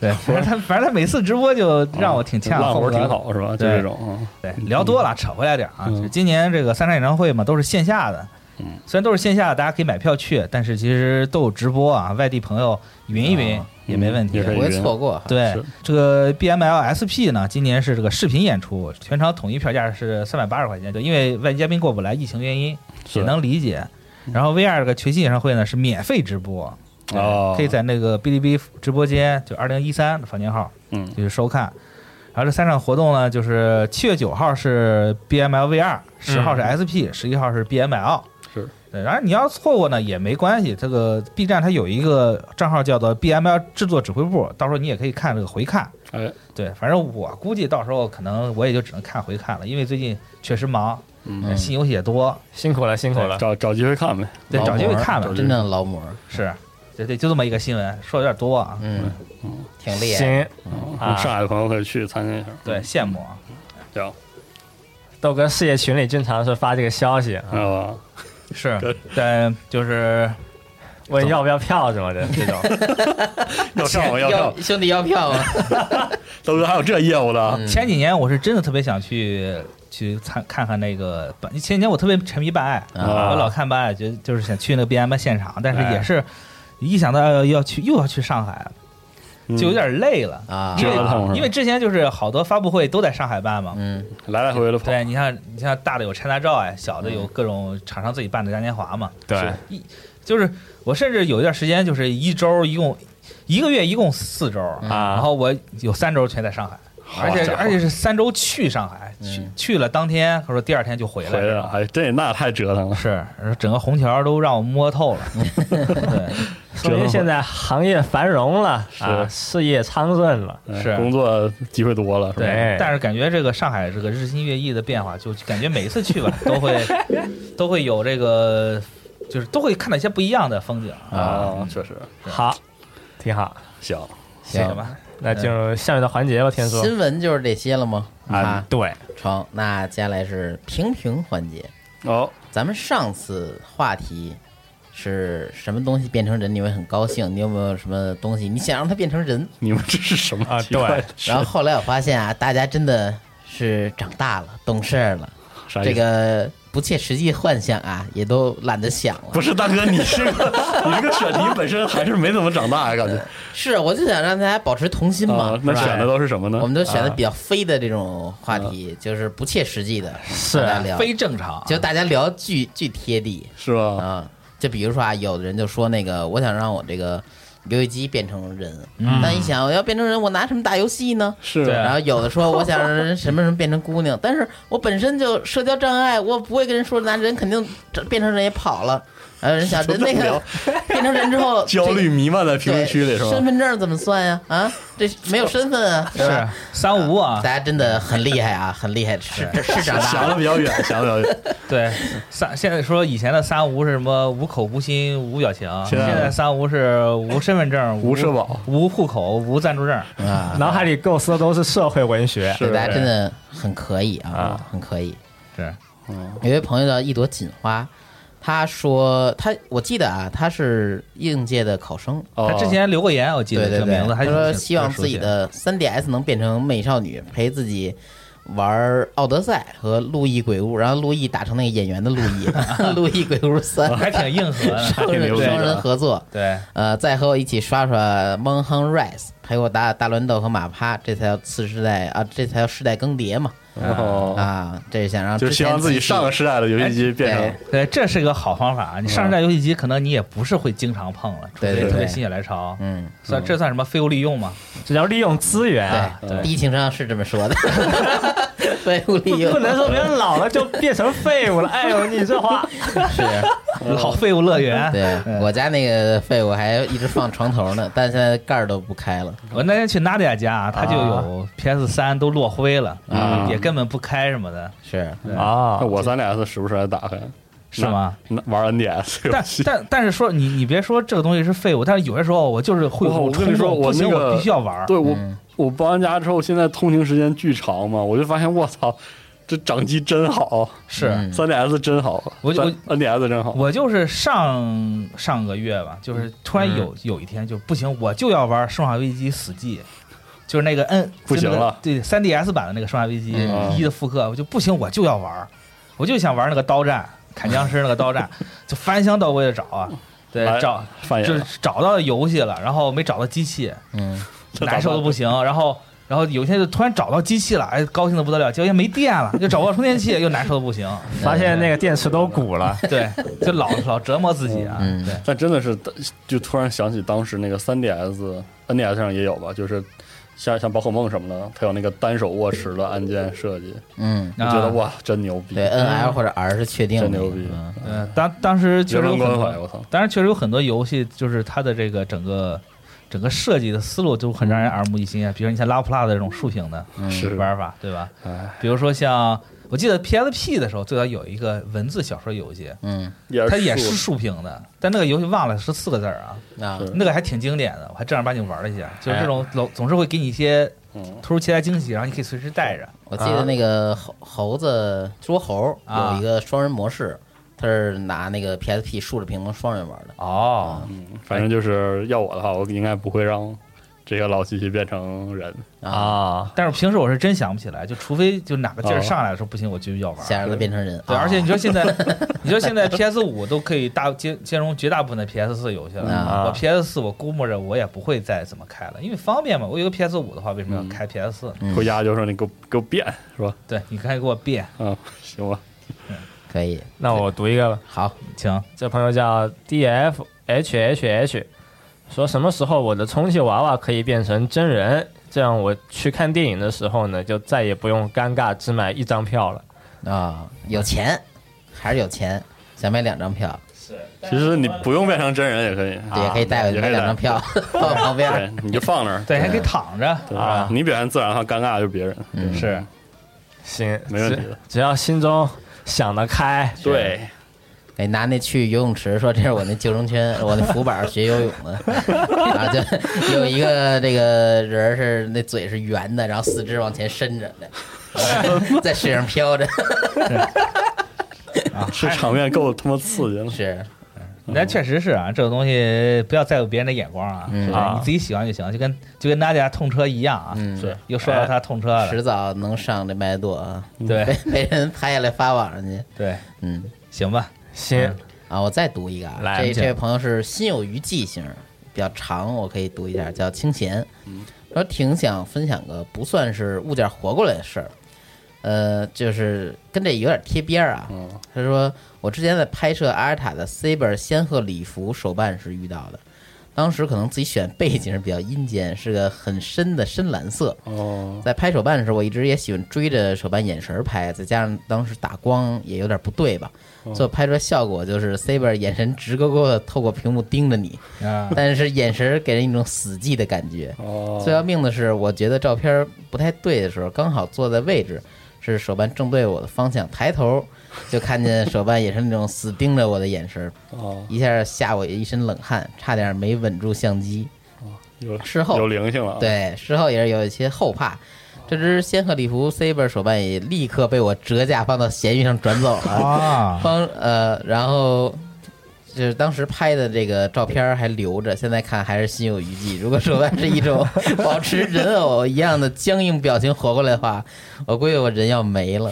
对，反正他反正他每次直播 就让我挺呛，
烂活
后
儿
边
挺。好是吧？就
对
这种，嗯
对，聊多了，扯回来点儿啊。
嗯
就是今年这个三场演唱会嘛，都是线下的，
嗯
虽然都是线下的，大家可以买票去，但是其实都有直播啊，外地朋友匀一匀
啊
也没问
嗯
题。
也可以
不会错过哈，
对
是，
这个 BML SP 呢，今年是这个视频演出，全场统一票价是三百八十块钱，对，因为外籍嘉宾过不来，疫情原因
是嗯
也能理解。然后 VR 这个全息演唱会呢是免费直播，对
哦
可以在那个哔哩哔哩直播间，就二零一三的房间号，
嗯
就是收看。然后这三场活动呢，就是七月九号是 BML VR，十号是 SP，十一、号是 BML。
嗯是。
对，然后你要错过呢也没关系，这个 B 站它有一个账号叫做 BML 制作指挥部，到时候你也可以看这个回看。
哎，
对，反正我估计到时候可能我也就只能看回看了，因为最近确实忙，
嗯，
新游戏也多，
辛苦了，辛苦了。
找找机会看呗。
对，找机会看
劳
吧
模。
真正的劳模，
是，对对，就这么一个新闻，说的有点多啊。
嗯，挺厉害。
行，啊
嗯上海的朋友可以去参加一下。
对，羡慕啊。
行，
豆哥事业群里经常是发这个消息，啊
还有 啊，
是
对，
但就是
问要不要票什么的这种。
要上我要上，
兄弟要票吗？
豆哥还有这业务的，啊
嗯
前几年我是真的特别想去去参看看那个办，前几年我特别沉迷办爱，
啊
我老看办爱，就就是想去那个 BM 现场，但是
哎
也是一想到要去又要去上海，
嗯
就有点累了。
啊，
折腾是吧
因为之前就是好多发布会都在上海办嘛，
嗯
来来回回的跑。
对你像你像大的有 China 照哎，小的有各种厂商自己办的嘉年华嘛，
对，
就是我甚至有一段时间就是一周一共一个月一共四周，
嗯
然
啊，
后我有三周全在上海，而且
家伙
而且是三周去上海，去、
嗯
去了当天，他说第二天就回来
回来了，哎，这那太折腾了。
是，整个虹桥都让我摸 透了。对，
说明现在行业繁荣了啊，事业昌盛了。
哎
是
工作机会多了，是吧？
对
哎，
但是感觉这个上海这个日新月异的变化，就感觉每一次 去吧，都会都会有这个，就是都会看到一些不一样的风景。
啊，确实
好，挺好。
行。
行
行吧，
那进入下面的环节吧，天叔。
新闻就是这些了吗？
啊
啊，，
对，
成。那接下来是评评环节。
哦，
咱们上次话题是什么东西变成人你会很高兴？你有没有什么东西你想让它变成人？
你们这是什么
啊
奇怪的事？
然后后来我发现啊，大家真的是长大了，懂事儿了，
啥意
这
思
个不切实际幻想啊，也都懒得想了。
不是 大哥，你这个你这个选题本身还是没怎么长大呀，感觉
是，啊我就想让大家保持童心嘛
啊。那啊
是吧
选的都是什么呢
我？们都选的比较非的这种话题，就是不切实际的，
啊
是
大家聊，
非正常啊。
就大家聊巨巨贴地
是吧？
啊。就比如说啊，有的人就说那个，我想让我这个游戏机变成人，
嗯
嗯
但一想我要变成人，我拿什么打游戏呢？
是啊
对
然后有的说我想让人什么什么变成姑娘，但是我本身就社交障碍，我不会跟人说，那人肯定变成人也跑了。还有人想人那个 变成人之后，
焦虑弥漫在评论区里是
对
吧
身？份证怎么算呀？啊，这没有身份啊，对
是
吧
三无啊
大，家真的很厉害啊，很厉害，是这是长大
想的
了，
比较远， 想的比较远。
对 三现在说以前的三无是什么？无口、无心、无表情。现
现
啊
在
在三无是无身份证、
无社保、
无户口、无暂住证。
啊，
脑海里构思的都是社会文学。
是
对大家真的很可以啊
啊，
很可以。
是，
有一位朋友叫一朵锦花，他说他我记得啊，他是应届的考生，
哦
他之前留过言，我记
对
得这
对
个
对
名，字，
他
还挺
说
挺
希望
熟
自己
悉
的 3DS 能变成美少女，陪自己玩《奥德赛》和《路易鬼屋》，然后路易打成那个演员的路易， 《路易鬼屋三》
还挺硬 核
双
的。
挺
人
牛逼的
双人合作。
对，
呃，再和我一起刷刷《Mon h u n Rise》，陪我打打大乱斗和马趴，这才叫次世代啊，这才叫世代更迭嘛
哦，
啊！这是想让
就
之
希
前
望自己上个时代的游戏机变
哎
成
对，这是个好方法。啊你上一代游戏机可能你也不是会经常碰了，除
嗯对
非
对
特别
对
心血来潮。
嗯，
算这算什么废物利用嘛？
这叫利用资源啊，
对，低情商是这么说的，废物 利
不
用
不能说别人老了就变成废物了。哎呦，你这话，
是。
老废物乐园。
嗯对
嗯
我家那个废物还一直放床头呢，但现在盖儿都不开了。
我那天去娜迪亚家啊，他就有 PS 三都落灰了，
啊
也根本不开什么的，
是，
啊
那，我三 DS 时不时还打开，
是吗？
那？那 玩 NDS 游
但
戏，
但但是说你你别说这个东西是废物，但是有些时候我就是会
哇
有
哦我跟
冲
你说
动，
我
不行，
那个
我必须要玩儿。
对我
嗯
我搬完家之后，现在通勤时间巨长嘛，我就发现我操，这掌机真好，
是
嗯
三 DS 真好，
我就我
NDS 真好，
我就是上上个月吧，就是突然有有一天就不行，我就要玩《生化危机：死寂》，就是那个 N
不行
就那个
了
对三 DS 版的那个《生化危机
嗯
一》的复刻，我就不行，我就要玩儿，我就想玩那个刀战，砍僵尸那个刀战，就翻箱倒柜的找啊，对，
哎
找
翻眼
就是
了，
找到游戏了，然后没找到机器，
嗯，
这咋
难受的不行，然后。然后有一天就突然找到机器了，哎，高兴的不得了。结果又没电了，又找不到充电器，又难受的 不行。
发现那个电池都鼓了。
对，就老老折磨自己啊。
嗯
对，
但真的是，就突然想起当时那个 3DS、NDS 上也有吧，就是像像宝可梦什么的，它有那个单手握持的按键设计，
嗯，
我觉得
啊
哇，真牛逼，
对，N L 或者 R 是确定的，
真牛逼
嗯
嗯，当当时
绝
确实有
人
很
关怀，
多，
我操！
当然确实有很多游戏，就是它的这个整个整个设计的思路都很让人耳目一新啊。比如你像拉普拉的这种竖屏的
嗯
嗯
是，
玩法，对吧？
哎，
比如说像我记得 PSP 的时候，最早有一个文字小说游戏，
嗯，
也
它也
竖
是竖屏的，但那个游戏忘了是四个字儿啊，
那
是
那个还挺经典的，我还正儿八经玩了一下。就是这种总总是会给你一些
嗯
突如其来惊喜，然后你可以随时带着。
我记得那个猴猴子捉猴
啊
有一个双人模式，他是拿那个 P S P 竖着屏幕双人玩的。
哦，
嗯，反正就是要我的话，我应该不会让这个老机器变成人，
啊，
但是平时我是真想不起来，就除非就哪个劲儿
哦
上来的时候不行，我就要玩。
吓人的变成人，
对，
啊
而且你说现在，你说现在 PS 五都可以大兼兼容绝大部分的 PS 四游戏
嗯
了。我 PS 四我估摸着我也不会再怎么开了，因为方便嘛。我有个 PS 五的话，为什么要开 PS 四？
嗯
回家就说你给我给我变是吧？
对，你可以给我变，
嗯，行吧，
啊可以
那我读一个吧。
好，
行。
这朋友叫 D F H H H，说什么时候我的充气娃娃可以变成真人？这样我去看电影的时候呢，就再也不用尴尬只买一张票了。
啊，有钱还是有钱，想买两张票，
其实你不用变成真人也可以，
啊对也可以带
啊也可
买
以
两张
带，
票放我旁边。
对，你就放那儿，
对，还可以躺着。
对吧？你表现自然的话，尴尬就是别人，
啊嗯，
是，
行，
没问题
只
的
只要心中想得开，
对，
哎，拿那去游泳池说这是我那救生圈，我那浮板学游泳的， 啊，就有一个这个人儿是那嘴是圆的，然后四肢往前伸着的， 在水上飘着，
这场面够他妈刺激了，
是，
那确实是啊，这个东西不要在乎别人的眼光啊，
嗯
是吧
啊
你自己喜欢就行，就跟就跟大家痛车一样啊。
嗯，
是
又说到他痛车了，
迟早能上这麦垛啊，被
对
被人拍下来发网上去，
对，
嗯。
行吧，
嗯
行，
啊，我再读一个啊，
来
这
你
这
讲
位朋友是心有余悸型，比较长，我可以读一下，叫清闲。说挺想分享个不算是物件活过来的事儿，呃，就是跟这有点贴边儿啊。
嗯
他说我之前在拍摄阿尔塔的 Saber 仙鹤礼服手办时遇到的，当时可能自己选背景是比较阴间，是个很深的深蓝色，
哦，
在拍手办的时候，我一直也喜欢追着手办眼神儿拍，再加上当时打光也有点不对吧，所以拍出来效果就是 Saber 眼神直勾勾的透过屏幕盯着你，
啊，
但是眼神儿给人一种死寂的感觉。
哦，
最要命的是，我觉得照片儿不太对的时候，刚好坐在位置是手办正对我的方向，抬头就看见手办也是那种死盯着我的眼神儿，
哦，
一下吓我一身冷汗，差点没稳住相机。
有
事后
有灵性了，，啊
对，事后也是有一些后怕。这只仙鹤礼服 Saber 手办也立刻被我折价放到闲鱼上转走了，
啊，
方呃，然后就是当时拍的这个照片儿还留着，现在看还是心有余悸。如果手办是一 种保持人偶一样的僵硬表情活过来的话，我估计我人要没了，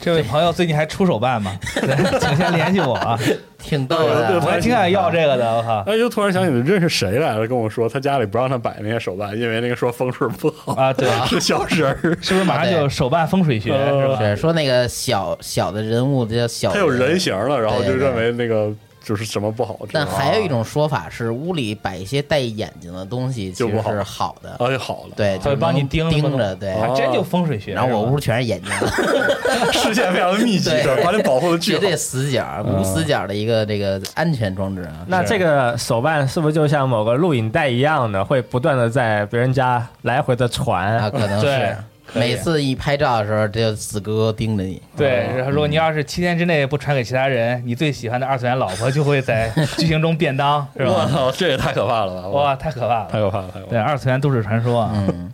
这位朋友最近还出手办吗？对请先联系我啊，
挺逗
对
我
对
的。啊
还挺想要这个的，我靠
哎，又突然想起认识谁来了，跟我说他家里不让他摆那些手办，因为那个说风水不好，
啊，对，
是小人儿，
是不是马上就有手办风水学是吧？
是说那个小小的人物叫小，
他有人形了，然后
对
就
对
认为那个就是什么不好，
但
这个
还有一种说法是，屋里摆一些带眼睛的东西其
就
实
不好
是好的，
啊就好了，
对，
他会帮你盯
盯
着吗哦
着，对。哦
还真就风水学。
然后我
是吧
屋全是眼 睛，
视线非常密集，
对
是吧把你保护的巨
绝
好
对。死角，无死角的一个这个安全装置啊。
那这个手办是不是就像某个录影带一样的，会不断的在别人家来回的传？
啊，可能
对
是
可以
每次一拍照的时候，就死哥哥盯着你。
对，然后如果你要是七天之内不传给其他人，你最喜欢的二次元老婆就会在剧情中便当，是
我
吧？
操，这也太可怕了吧！
哇，，太可怕
太
了！
可怕了，太可怕
对，
了！
二次元都市传说啊。
嗯，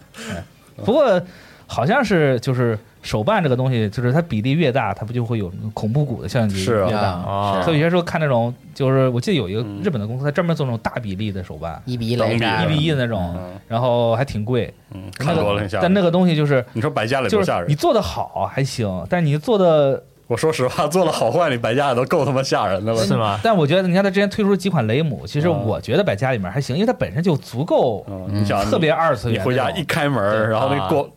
不过好像是就是手办这个东西，就是它比例越大，它不就会有恐怖谷的效应就是
啊
越大吗。
啊
所以有些时候看那种，就是我记得有一个
嗯
日本的公司，它专门做那种大比例的手办，
一比一来
等
炸
一
比
比一的那种
哎嗯，
然后还挺贵。
嗯，
那
看多了
个
很吓
但那
人。
个东西就是
你说白家里
就
多
是
吓
你
人，
做的好还行，但你做的，
我说实话，做了好坏，你白家里都够他妈吓人的了。
是吗？
但我觉得你看他之前推出几款雷姆，其实
啊
我觉得摆家里面还行，因为它本身就足够
嗯，你想，
特别二次
你
元那种。
回家一开门，
对
然后那
啊
过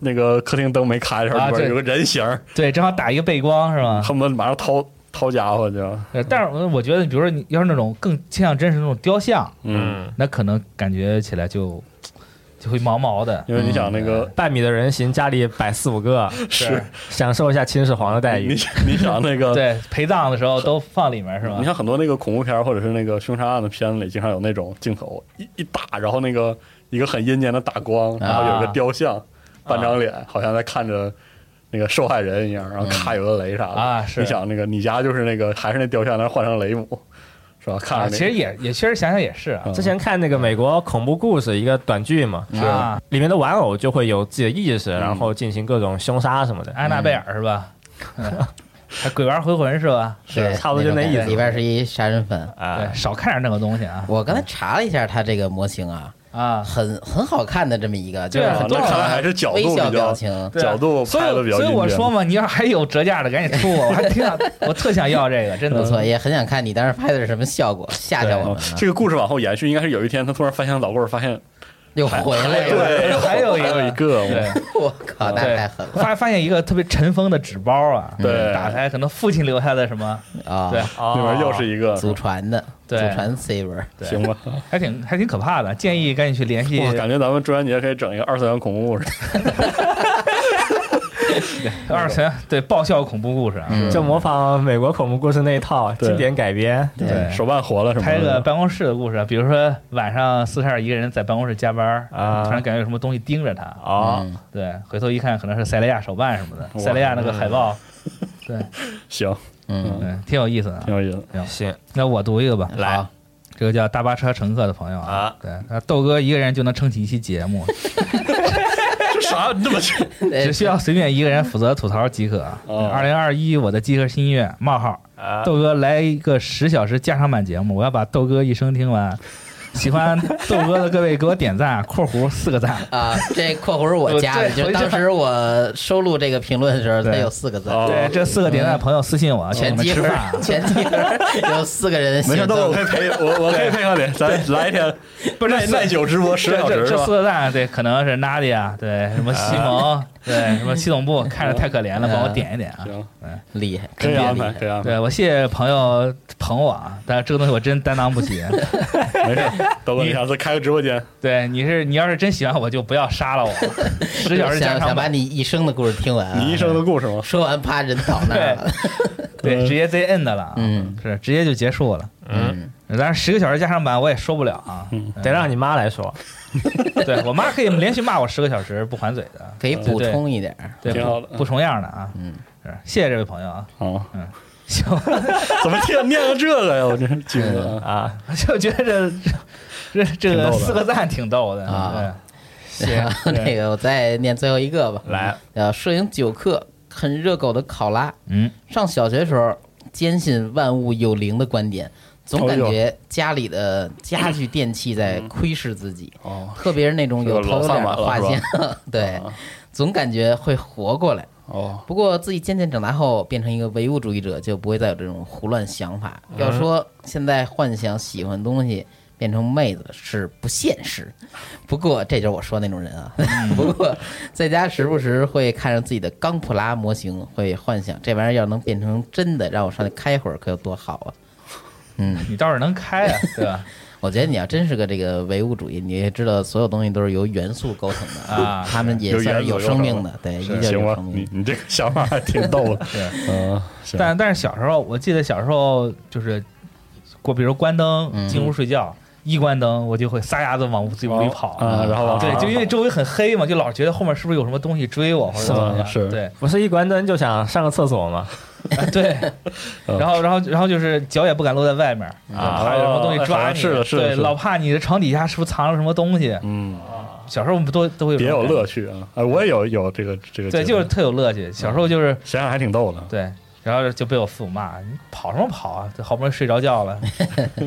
那个客厅灯没开的时候，
啊
里边
对
有个人形儿，
对，正好打一个背光是吧？
恨不得马上掏掏家伙去。
呃但是我我觉得，比如说你要是那种更倾向真实的那种雕像，
嗯，
那可能感觉起来就就会毛毛的。
因为你想那
嗯
个
半米的人形，家里摆四五个，
是
享受一下秦始皇的待
你
遇。
你想那个
对，陪葬的时候都放里面是吧
你？像很多那个恐怖片儿或者是那个凶杀案的片子里，经常有那种镜头一一打，然后那个一个很阴间的打
啊
光，然后有一个雕像，半张脸，好像在看着那个受害人一样，然后咔有个雷啥的
嗯啊是
你想那个你家就是那个还是那雕像，但是换成雷姆，是吧？看着
啊，
那
其
个
实也也确实想想也是啊
嗯
之前看那个美国恐怖故事一个短剧嘛，
啊，
里面的玩偶就会有自己的意
嗯
识，然后进行各种凶杀什么的。
安娜贝尔是吧？嗯还鬼玩回魂是吧？
对
差不多就那
种
意
感
思
觉里边是一杀人犯。
啊
哎
对，，少看点那个东西啊
我刚才查了一下他这个模型啊，
啊！
很很好看的这么一个，就是
对啊
很多
那看来还是角度
微笑
比较
表情。
对啊
角度
所
拍的比
以
较
所以我
阴间
说嘛，你要还有折价的，赶紧出我！我还挺想，我特想要这个，真的
不错，也很想看你当时拍的是什么效果，吓 吓我
嗯
们啊了，
这个故事往后延续，应该是有一天他突然翻箱倒柜儿，发 现
又回来了。
对
还有一个
哎还有一个，
对
我靠，那
对
太狠了
发发现一个特别尘封的纸包啊，
对
打开可能父亲留下的什么，
啊！
对
里面又是
一
一
啊
个，
祖传的，祖
对
传 saber，
对
行吧？
还挺还挺可怕的，建议赶紧去联系
我感觉咱们中元节可以整一个二次元恐怖故事，
二次元对爆笑恐怖故事啊，
嗯
就模仿美国恐怖故事那一套
对嗯
经典改编。
对
手办活了什么
拍个
的，
办公室的故事，啊比如说晚上四十二一个人在办公室加班
啊
突然感觉有什么东西盯着他，
哦，
嗯
对，回头一看可能是塞雷亚手办什么的，
哇
塞雷亚那个海报，
行，
嗯，
对，挺有意思的
挺。有意思。
行，
那我读一个吧，
来，
这个叫大巴车乘客的朋友啊
啊，
对，那豆哥一个人就能撑起一期节目，
啥？你这么去？
只需要随便一个人负责吐槽即可。
呃哦
二零二一，我的集合新音乐冒号
啊
豆哥来一个十小时加长版节目，我要把豆哥一生听完。喜欢豆哥的各位给我点赞（括弧四个赞
啊，这括弧是我加的，
对
就是当时我收录这个评论的时候，
对
它有四个字，
哦）。嗯
对，这四个点赞的朋友私信我，请
全
你们
集
吃
合
饭 啊。，
全集合有四个人行
没事，豆豆，我
动
可以陪我，我可以配合你，咱来一天
不是
耐耐久直播十
这
小
这
时是
这
吧
四？个赞，对，可能是 Nadia，对，什么西
啊
蒙，对，什么系统部，看着太可怜了，帮我点一点啊。
行，
厉害，
可
真
以
的
安
厉
排，
害
可。以安排，
对我谢谢朋友捧我啊，但是这个东西我真担当不起。
没事。豆哥，你下次开个直播间，
对，你是你要是真喜欢我，就不要杀 了我。十小时加
想想
长
把
版，
你一生的故事听完啊，
你一生的 故事吗？
说完，啪，人倒那儿 了。
对，直接 Z N 的了啊，
嗯
是直接就结束了。
嗯，
但是十个小时加长版我也说不了啊，
嗯
嗯
嗯
得让你妈来说。
对我妈可以连续骂我十个小时不还嘴 的，
可以补充一点儿。
对，
挺好的
不不重样的啊。
嗯，
是谢谢这位朋友啊。
啊，
行，
怎么听念个这个呀？我真是惊了。
啊，
我 就觉得这这这
挺
个
逗的
四个赞挺逗的
啊。
对
然后那个我再念最后一个吧。
嗯
来，
呃，摄影九课很热狗的考拉，
嗯，
上小学时候坚信万物有灵的观点，总感觉家里的家具电器在
嗯
窥视自己，
哦
特别是那种有头有脸的画像， 对，
啊
总感觉会活过来。
哦，
不过自己渐渐长大后，变成一个唯物主义者，就不会再有这种胡乱想法。
嗯
要说现在幻想喜欢东西变成妹子是不现实， 不过这就是我说那种人啊。 不过在家时不时会看上自己的钢普拉模型，会幻想这玩意儿要能变成真的，让我上去开会儿可有多好啊！嗯，
你倒是能开啊，对吧？
我觉得你要真是个这个唯物主义，你也知道所有东西都是由元素构成的
啊
他们也
有
算
元
是
素
有
有
生
什
命
么
的，对，依旧
行
有
吧嗯
生，命
你。你这个想法还挺逗的。 嗯，行，
但但是小时候，我记得小时候就是过，比如关灯
嗯
进屋睡觉，一关灯我就会撒丫子往自己屋里跑。
啊，然后往
对，
上
就因为周围很黑嘛，就老觉得后面是不是有什么东西追我或者怎么样？
是
对啊
不是一关灯就想上个厕所吗？
对。
嗯
然后，然后，然后就是脚也不敢露在外面，
啊
怕有什么东西抓
啊
你。
嗯是的是的
对，
是的
老怕你的床底下是不是藏着什么东西？
嗯，
小时候我们都都会
别
这
有
种感觉
乐趣啊！哎，我也有有这个这个，
对，就是特有乐趣。小时候就是
想想还挺逗的。
对，然后就被我父母骂：“你跑什么跑啊？这好不容易睡着觉了，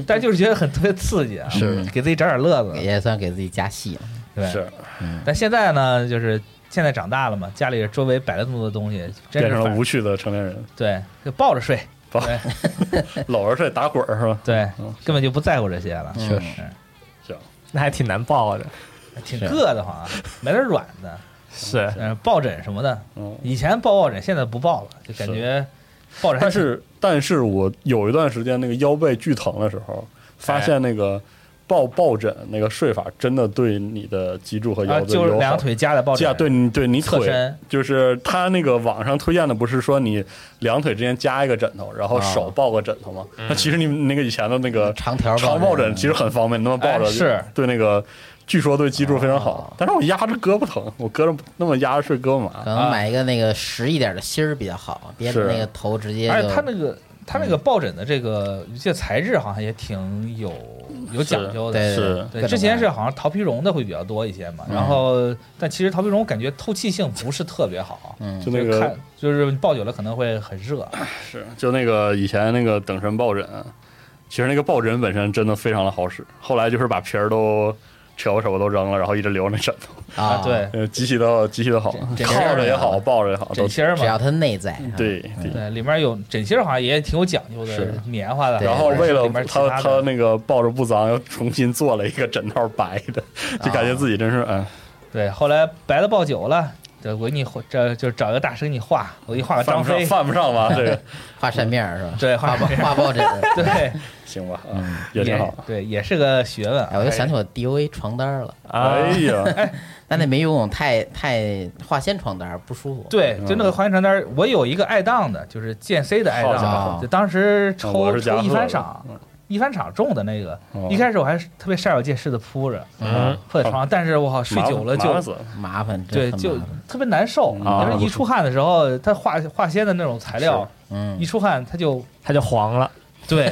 但就是觉得很特别刺激啊，
是
给自己找点乐子。
也算给自己加戏了。
对，
是，
但现在呢，就是现在长大了嘛，家里周围摆了这么多东西，真
变
是
成了
反
无趣的成年 人，
对，就抱着睡，
抱
对
搂着睡打滚儿是吧？
对
嗯，
根本就不在乎这些了，
确
实
那还挺难抱的。
挺
是
硌得慌啊，买点软的，
是，
嗯，抱枕什么的，
嗯，
以前抱抱枕，现在不抱了，就感觉抱枕还
但
哎
是但是我有一段时间那个腰背巨疼的时候，发现那个抱抱枕那个睡法真的对你的脊柱和
啊，
腰子
就
有
是
好
两腿夹在抱
架
枕，
对你对你
侧
腿
身，
就是他那个网上推荐的，不是说你两腿之间夹一个枕头，
啊
然后手抱个枕头吗？那、其实你那个以前的那个
长条抱枕
长抱枕其实很方便，那么抱着、
哎是啊
对那个，据说对脊柱非常好。但是我压着胳膊疼，我胳膊那么压着睡胳膊麻
嗯
可。能买一个那个实一点的芯儿比较好，别
是
那个嗯头直接
而
就
且它那个它那个抱枕的这个我记得材质好像也挺有有讲究的。
对
是
对各
对，
种
之前
各
是
样嗯
好像陶皮绒的会比较多一些嘛，然后但其实陶皮绒感觉透气性不是特别好，
嗯啊
就
就
那
是看
个
就是抱久了可能会很热。
是，就那个以前那个等身抱枕，其实那个抱枕本身真的非常的好使。后来就是把皮儿都扯吧扯吧都扔了，然后一直留那枕头，
啊，
对，
呃，极其的极其的好，
这这
靠着也
这
好，抱着也好，都
枕芯儿
只
嘛
要，它内在，
嗯
啊
对对。
对，里面有枕芯儿，好像也挺有讲究的
是，
棉花的。
对
然后
或者
为
是
了
里面其
他
他
他
的，
那个抱着不脏，又重新做了一个枕套白的，就
啊
感觉自己真是嗯，
对，后来白的抱久了，这我给你画，这就是找一个大师给你画，我给你画个
犯
啊张
不上
飞，
犯不上吧？这 个
画扇面儿是吧？
对画
画抱
扇面
画抱 枕。
对，
行吧，嗯， 也挺好。
对，也是个学问啊。
哎，我又想起我 DOA 床单儿了，
啊
哎，呀，
但那没用，太太化纤床单儿不舒服。
对，就那个花园传单，我有一个爱当的，就是剑 C 的爱
好家
当，
伙
就当时
啊我
抽
是加
抽一
贺
番
的
赏，一番赏中的那个
哦，
一开始我还是特别煞有介事的铺着，
嗯，
铺在床上，但是我靠，睡
麻
久了
麻
就
烦死了
麻烦，真
对，
很
就
麻烦
特别难受。
啊
就是一出汗的时候，它化化纤的那种材料，
嗯
一，出汗它就
它就黄了，
对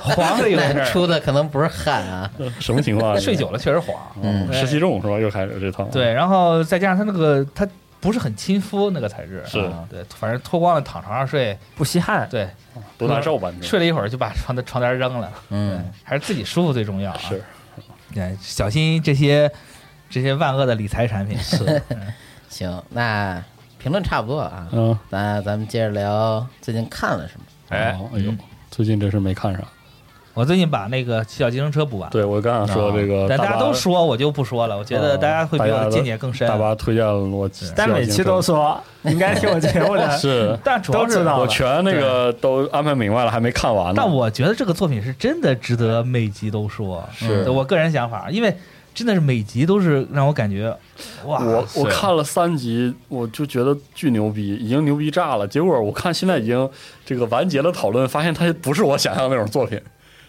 黄了一回
那
事儿。
出的可能不是汗啊，
什么情况啊？
睡久了确实黄，
嗯
嗯，湿气重是吧？又开始这套，
对，然后再加上它那个它不是很亲肤那个材质，
是
啊对，反正脱光了躺床上睡，
不吸汗。
对，
多难受吧？你
嗯睡了一会儿就把床的床单扔了。
嗯，
还是自己舒服最重要啊！
是
对，小心这些这些万恶的理财产品。 嗯是，
行，那评论差不多了啊，
嗯，
那咱们接着聊最近看了什么。
哎，
哦哎呦，最近真是没看上。
我最近把那个《小计程车》补完，
对我刚想说这个，
但啊
大
大家
巴哦啊
都说，我就不说了。我觉得大家会比
大家
我
的
见解更深。
大巴推荐了我，
但每期都说应该听我节目的，
是，
但主要
都
是
知道
我全那个都安排明白了，还没看完呢。
但我觉得这个作品是真的值得每集都说，
是
嗯我个人想法，因为真的是每集都是让我感觉，哇，
我我
塞
看了三集，我就觉得巨牛逼，已经牛逼炸了。结果我看现在已经这个完结了讨论，发现它不是我想象的那种作品。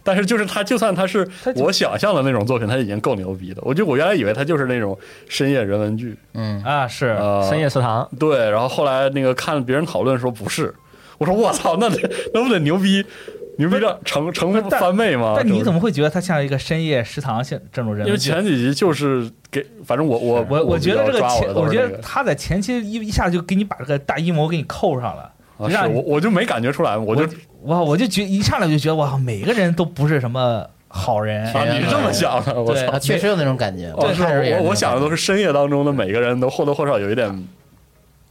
但是就是它，就算它是
它就
我想象的那种作品，它已经够牛逼了。我就我原来以为它就是那种深夜人文剧，
嗯，
啊是。
呃，
深夜食堂，
对。然后后来那个看别人讨论说不是，我说我操，那得那不得牛逼，牛逼到成成
但
翻倍吗？
但你
就是
怎么会觉得它像一个深夜食堂像这种人文
因为
剧
前几集就是给，反正我我
我我觉得这
比
个
较抓
前，
我的都是
觉
那
得
个
他在前期一一下就给你把这个大阴谋给你扣上了，就
啊
让
是我
你
我就没感觉出来，我就啊
哇，我就觉一上来我就觉得哇，每个人都不是什么好人，
啊，你是这么想的，我
对
操！
啊，确实有那种感觉。
哦，是
看着也
我我
那种
想的都
感
是深夜当中的每个人都或多或少有一点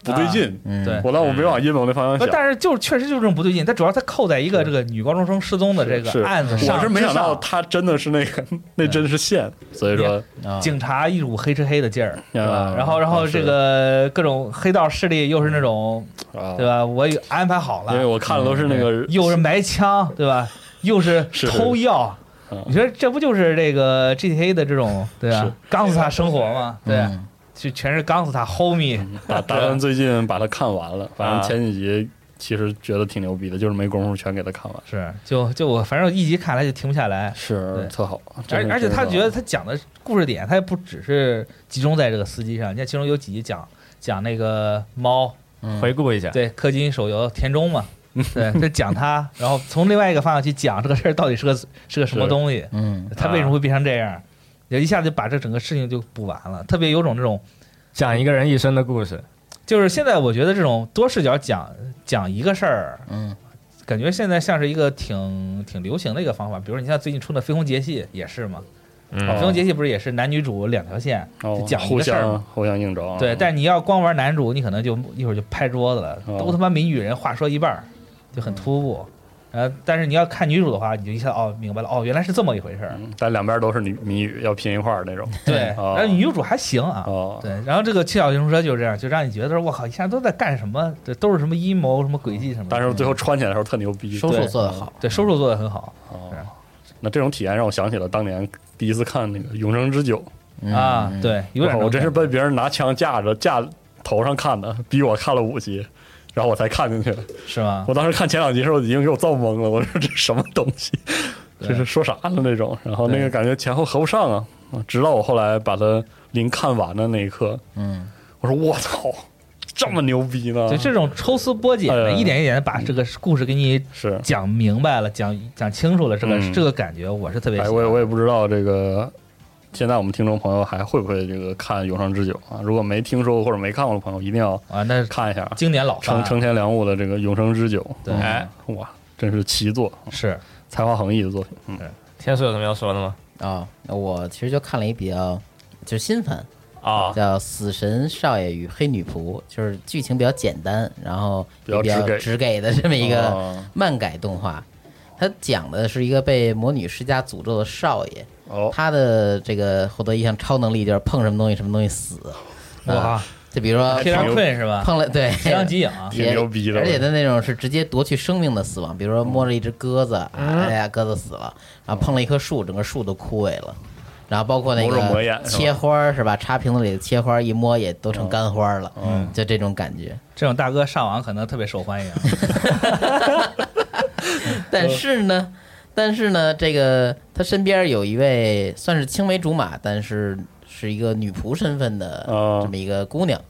不对劲，
觉，嗯，
对
我但我没往阴谋那方
不
向想。
但是就是确实就是这种不对劲，但主要他扣在一个这个女高中生失踪的这
是
个案子上，
我是没想到
之
他真的是那个，那真是线，所以说
上
啊
警察一股黑吃黑的劲儿，对吧
啊？
然后然后
是
这个各种黑道势力又是那种
啊
对，吧？我也安排好了，
因为我看的都是那个
又是埋枪，对吧？又是
是
偷药
嗯，
你说这不就是这个 GTA 的这种对吧
是？
刚死他生活嘛，对啊吧，
嗯
就全是刚死他 homie，
打打算最近把它看完了，反
啊
正前几集其实觉得挺牛逼的，就是没工夫全给它看完，
是就就我反正一集看来就停不下来，
是
对
特好。真
而
是啊
而且
特
他
好
觉得他讲的故事点，他也不只是集中在这个司机上，你看其中有几集讲讲那个猫，
嗯
回顾一下，
对氪金手游 田中嘛。对，他讲他，然后从另外一个方向去讲这个事儿到底是个是个什么
是
东西，
嗯
他
啊
为什么会变成这样？也一下子就把这整个事情就补完了，特别有种这种，
讲一个人一生的故事，
就是现在我觉得这种多视角讲讲一个事儿，
嗯
感觉现在像是一个挺挺流行的一个方法。比如你像最近出的《绯红节气》也是嘛，
嗯
绯红节气》不是也是男女主两条线，
哦
就讲一
互
个事儿嘛
相互相映照啊，
对，但你要光玩男主，你可能就一会儿就拍桌子了，
哦
都他妈谜语人话说一半儿，就很突兀。然后，但是你要看女主的话，你就一下哦明白了，哦原来是这么一回事儿。
嗯但两边都是谜谜语，要拼一块儿那 种。
对，
哦
然后女主还行啊，
哦，
对，然后这个七小行车就是这样，就让你觉得我靠，一下都在干什么？这都是什么阴谋、什么诡计什么的。
但是最后穿起来的时候特牛逼，
收
对
束做得好，
对收束做的很好，
哦
是
那这种体验让我想起了当年第一次看那个《永生之酒
嗯
啊，，
嗯
对，》，有点
我
能
真是
看
被别人拿枪架着架头上看的，逼我看了五集，然后我才看进去的。
是吗？
我当时看前两集的时候已经给我造懵了，我说这什么东西，
对
这是说啥呢那种？然后那
对
个感觉前后合不上啊，直到我后来把它临看完的那一刻，
嗯，
我说我操，这么牛逼呢
就？这种抽丝剥茧的，
哎
一点一点地把这个故事给你
是，
讲明白了，讲讲清楚了，这个
嗯
这个感觉我是特别
哎，
喜欢。
我也我也不知道这个。现在我们听众朋友还会不会这个看《永生之酒》啊？如果没听说过或者没看过的朋友，一定要
啊，那是
看一下啊
经典老
成
番
成天良悟的这个《永生之酒》。
对
哎，哇，真是奇作，
是
才华横溢的作品。嗯，
天数有什么要说的吗？
啊，我其实就看了一比较就是新番，
啊，
叫《死神少爷与黑女仆》，就是剧情比较简单，然后
比较
也比较
直给
直给的这么一个
哦
漫改动画。它讲的是一个被魔女施加诅咒的少爷，
哦，
他的这个获得一项超能力就是碰什么东西什么东西死。
哇
啊，，就比如说
非常
牛
困是吧？
碰了对
非常极影啊，
挺
也
牛逼的
而且他那种是直接夺去生命的死亡，比如说摸着一只鸽子，啊哎呀，鸽子死了，然后碰了一棵树，整个树都枯萎了，然后包括那
某种魔眼
个
是吧
切花儿是吧？插瓶子里的切花儿一摸也都成干花儿了，
嗯
就这种感觉。
这种大哥上网可能特别受欢迎。
但是呢，但是呢，这个他身边有一位算是青梅竹马，但是是一个女仆身份的
哦
这么一个姑娘，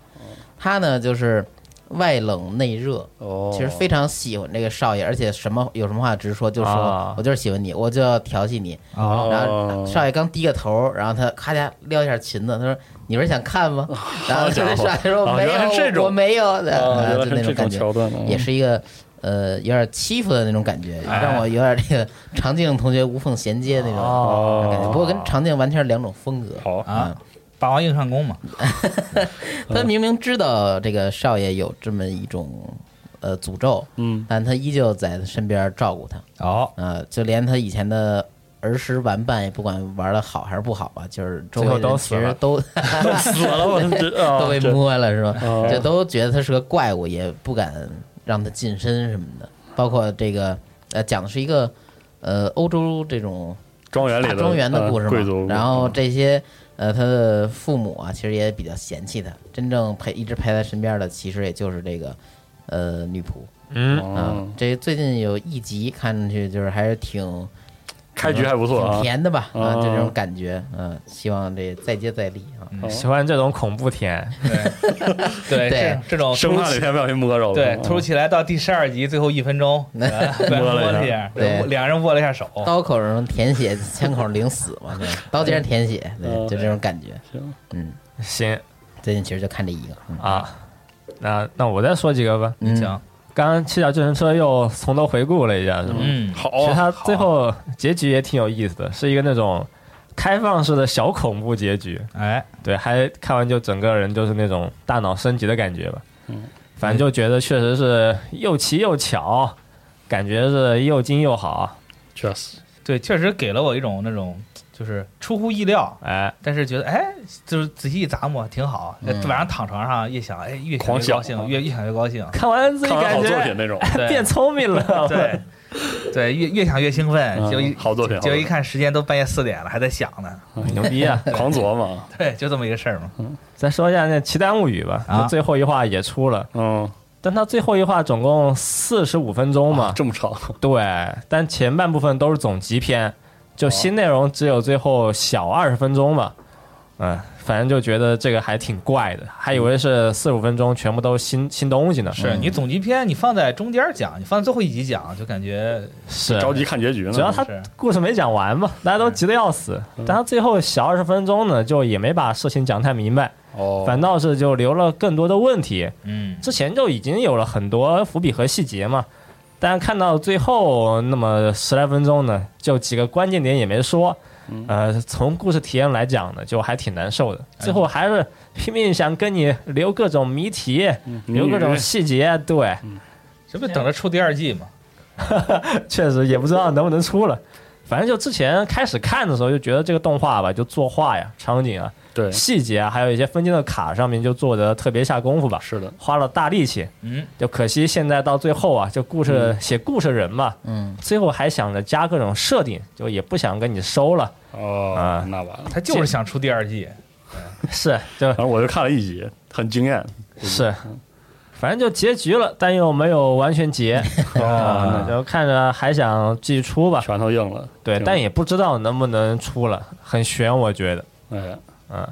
她呢就是外冷内热，
哦，
其实非常喜欢这个少爷，而且什么有什么话直说，就
啊
说我就是喜欢你，我就要调戏你。
哦
然后少爷刚低个头，然后他咔嚓撩一下裙子，他说：“你不是想看吗？”然后
好家伙
少爷说：“
啊
没
哦原来是这
有，
种
我没有。”对
哦原
啊
来
就是那
这
种感觉
桥，段呢，嗯
也是一个呃有点欺负的那种感觉，
哎
让我有点这个长颈同学无缝衔接那种
哦，
感觉。不过跟长颈完全是两种风格。
好
啊，霸王硬上弓嘛，
嗯
他明明知道这个少爷有这么一种呃诅咒，
嗯，
但他依旧在他身边照顾他。
哦，
呃，就连他以前的儿时玩伴，也不管玩的好还是不好吧，就是周围
最后
人
都
其
死
实
了
都
都死了，我这啊，
都被
这
摸了，是吧？
哦
就都觉得他是个怪物，也不敢让他近身什么的。包括这个，呃，讲的是一个呃欧洲这种
庄园里
大
的
庄园的
呃
故事
贵族
嘛
故，事，
然后这些呃他的父母啊，其实也比较嫌弃他，真正陪一直陪在身边的，其实也就是这个呃女仆。
嗯，
啊
嗯，，
这最近有一集，看上去就是还是挺
开局还不错
挺
啊，
甜的吧？啊，就
嗯
这种感觉，嗯，希望这再接再厉啊。
喜欢这种恐怖片，
对
对
对，这这种
生
突如
怕哪
其
天不小心摸着了，
对
嗯
突如其来到第十二集最后一分 钟，
那
啊被人
摸
摸
了一
了
下
一下，
对
两人握了一下手，
刀口上舔血，枪口领死嘛， 对，刀尖上舔血，对，
嗯
就这种感觉。
行
嗯，
行
最近其实就看这一个，嗯
啊。那那我再说几个吧。
嗯
行，
刚刚七脚自行车又从头回顾了一下，是吗？
嗯，
好
其实
啊，
它最后结局也挺有意思的，是一个那种开放式的小恐怖结局。
哎，
对，还看完就整个人就是那种大脑升级的感觉吧。
嗯，
反正就觉得确实是又奇又巧，感觉是又精又好。
确实
对，确实给了我一种那种就是出乎意料，
哎，
但是觉得哎，就是仔细一咂摸挺好，啊
嗯
晚上躺床上越想哎越想
狂
越
想
高
啊
兴，越越想越 高兴，
看完自己
看完
感
好作
觉
品 那种，
对
变聪明了。
对对，越越想越兴奋，
嗯
就一
好作品好
就
作
一
品
看时间都半夜四点了，还在想呢，
牛逼啊！
狂琢磨，
对，就这么一个事儿嘛，
嗯
再说一下那《奇谭物语》吧，
啊
它最后一话也出了，
嗯，
但它最后一话总共四十五分钟嘛，
这么长，
对，但前半部分都是总集篇，就新内容只有最后小二十分钟吧。嗯，反正就觉得这个还挺怪的，还以为是四十五分钟全部都是新新东西呢。嗯
是你总集篇你放在中间讲，你放在最后一集讲，就感觉
是，
着急看结局呢，嗯
主要他
是
故事没讲完嘛，大家都急得要死。但他最后小二十分钟呢，就也没把事情讲太明白，
哦，
反倒是就留了更多的问题。
嗯，
之前就已经有了很多伏笔和细节嘛，但看到最后那么十来分钟呢，就几个关键点也没说，呃，从故事体验来讲呢，就还挺难受的。最后还是拼命想跟你留各种谜题，
嗯
留各种细节，对，
这不等着出第二季嘛，
确实也不知道能不能出了。反正就之前开始看的时候就觉得这个动画吧，就作画呀、场景啊、
对，
细节啊，还有一些分镜的卡上面就做的特别下功夫吧，
是的，
花了大力气。
嗯，
就可惜现在到最后啊，就故事、
嗯
写故事人嘛，
嗯，
最后还想着加各种设定，就也不想跟你收了。
哦，
啊
那完了。
他就是想出第二季，
是， 就
反正我就看了一集，很惊艳。
是，反正就结局了，但又没有完全 结，啊，
哦，
然后看着还想继续出吧，
拳头硬了。
对，
挺
但也不知道能不能出了，很悬，我觉得，
哎，
嗯，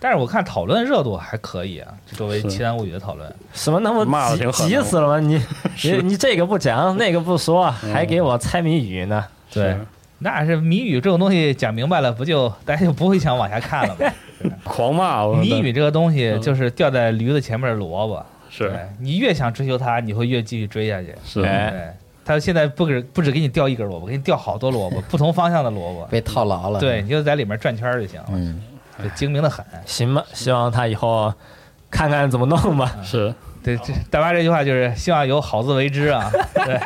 但是我看讨论热度还可以啊，就作为
是
《奇谈物语》的讨论，
什么那么
骂得
急
挺狠的
急死了吗？你你
是
你这个 不讲，那个不说，
嗯
还给我猜谜语呢，
对，那是谜语这种东西讲明白了，不就大家就不会想往下看了 吗？
狂骂我
谜语这个东西
嗯
就是掉在驴子前面的萝卜，
是
对你越想追求它，你会越继续追下去。
是，
哎
对，它现在不给不只给你掉一根萝卜，给你掉好 多萝卜，不同方向的萝卜。
被套牢
嗯
了。
对，，你就在里面转圈儿就行了，
嗯，
就精明的很。
行吧，希望他以后看看怎么弄吧，
是
对，这大妈这句话就是希望有好自为之啊。对，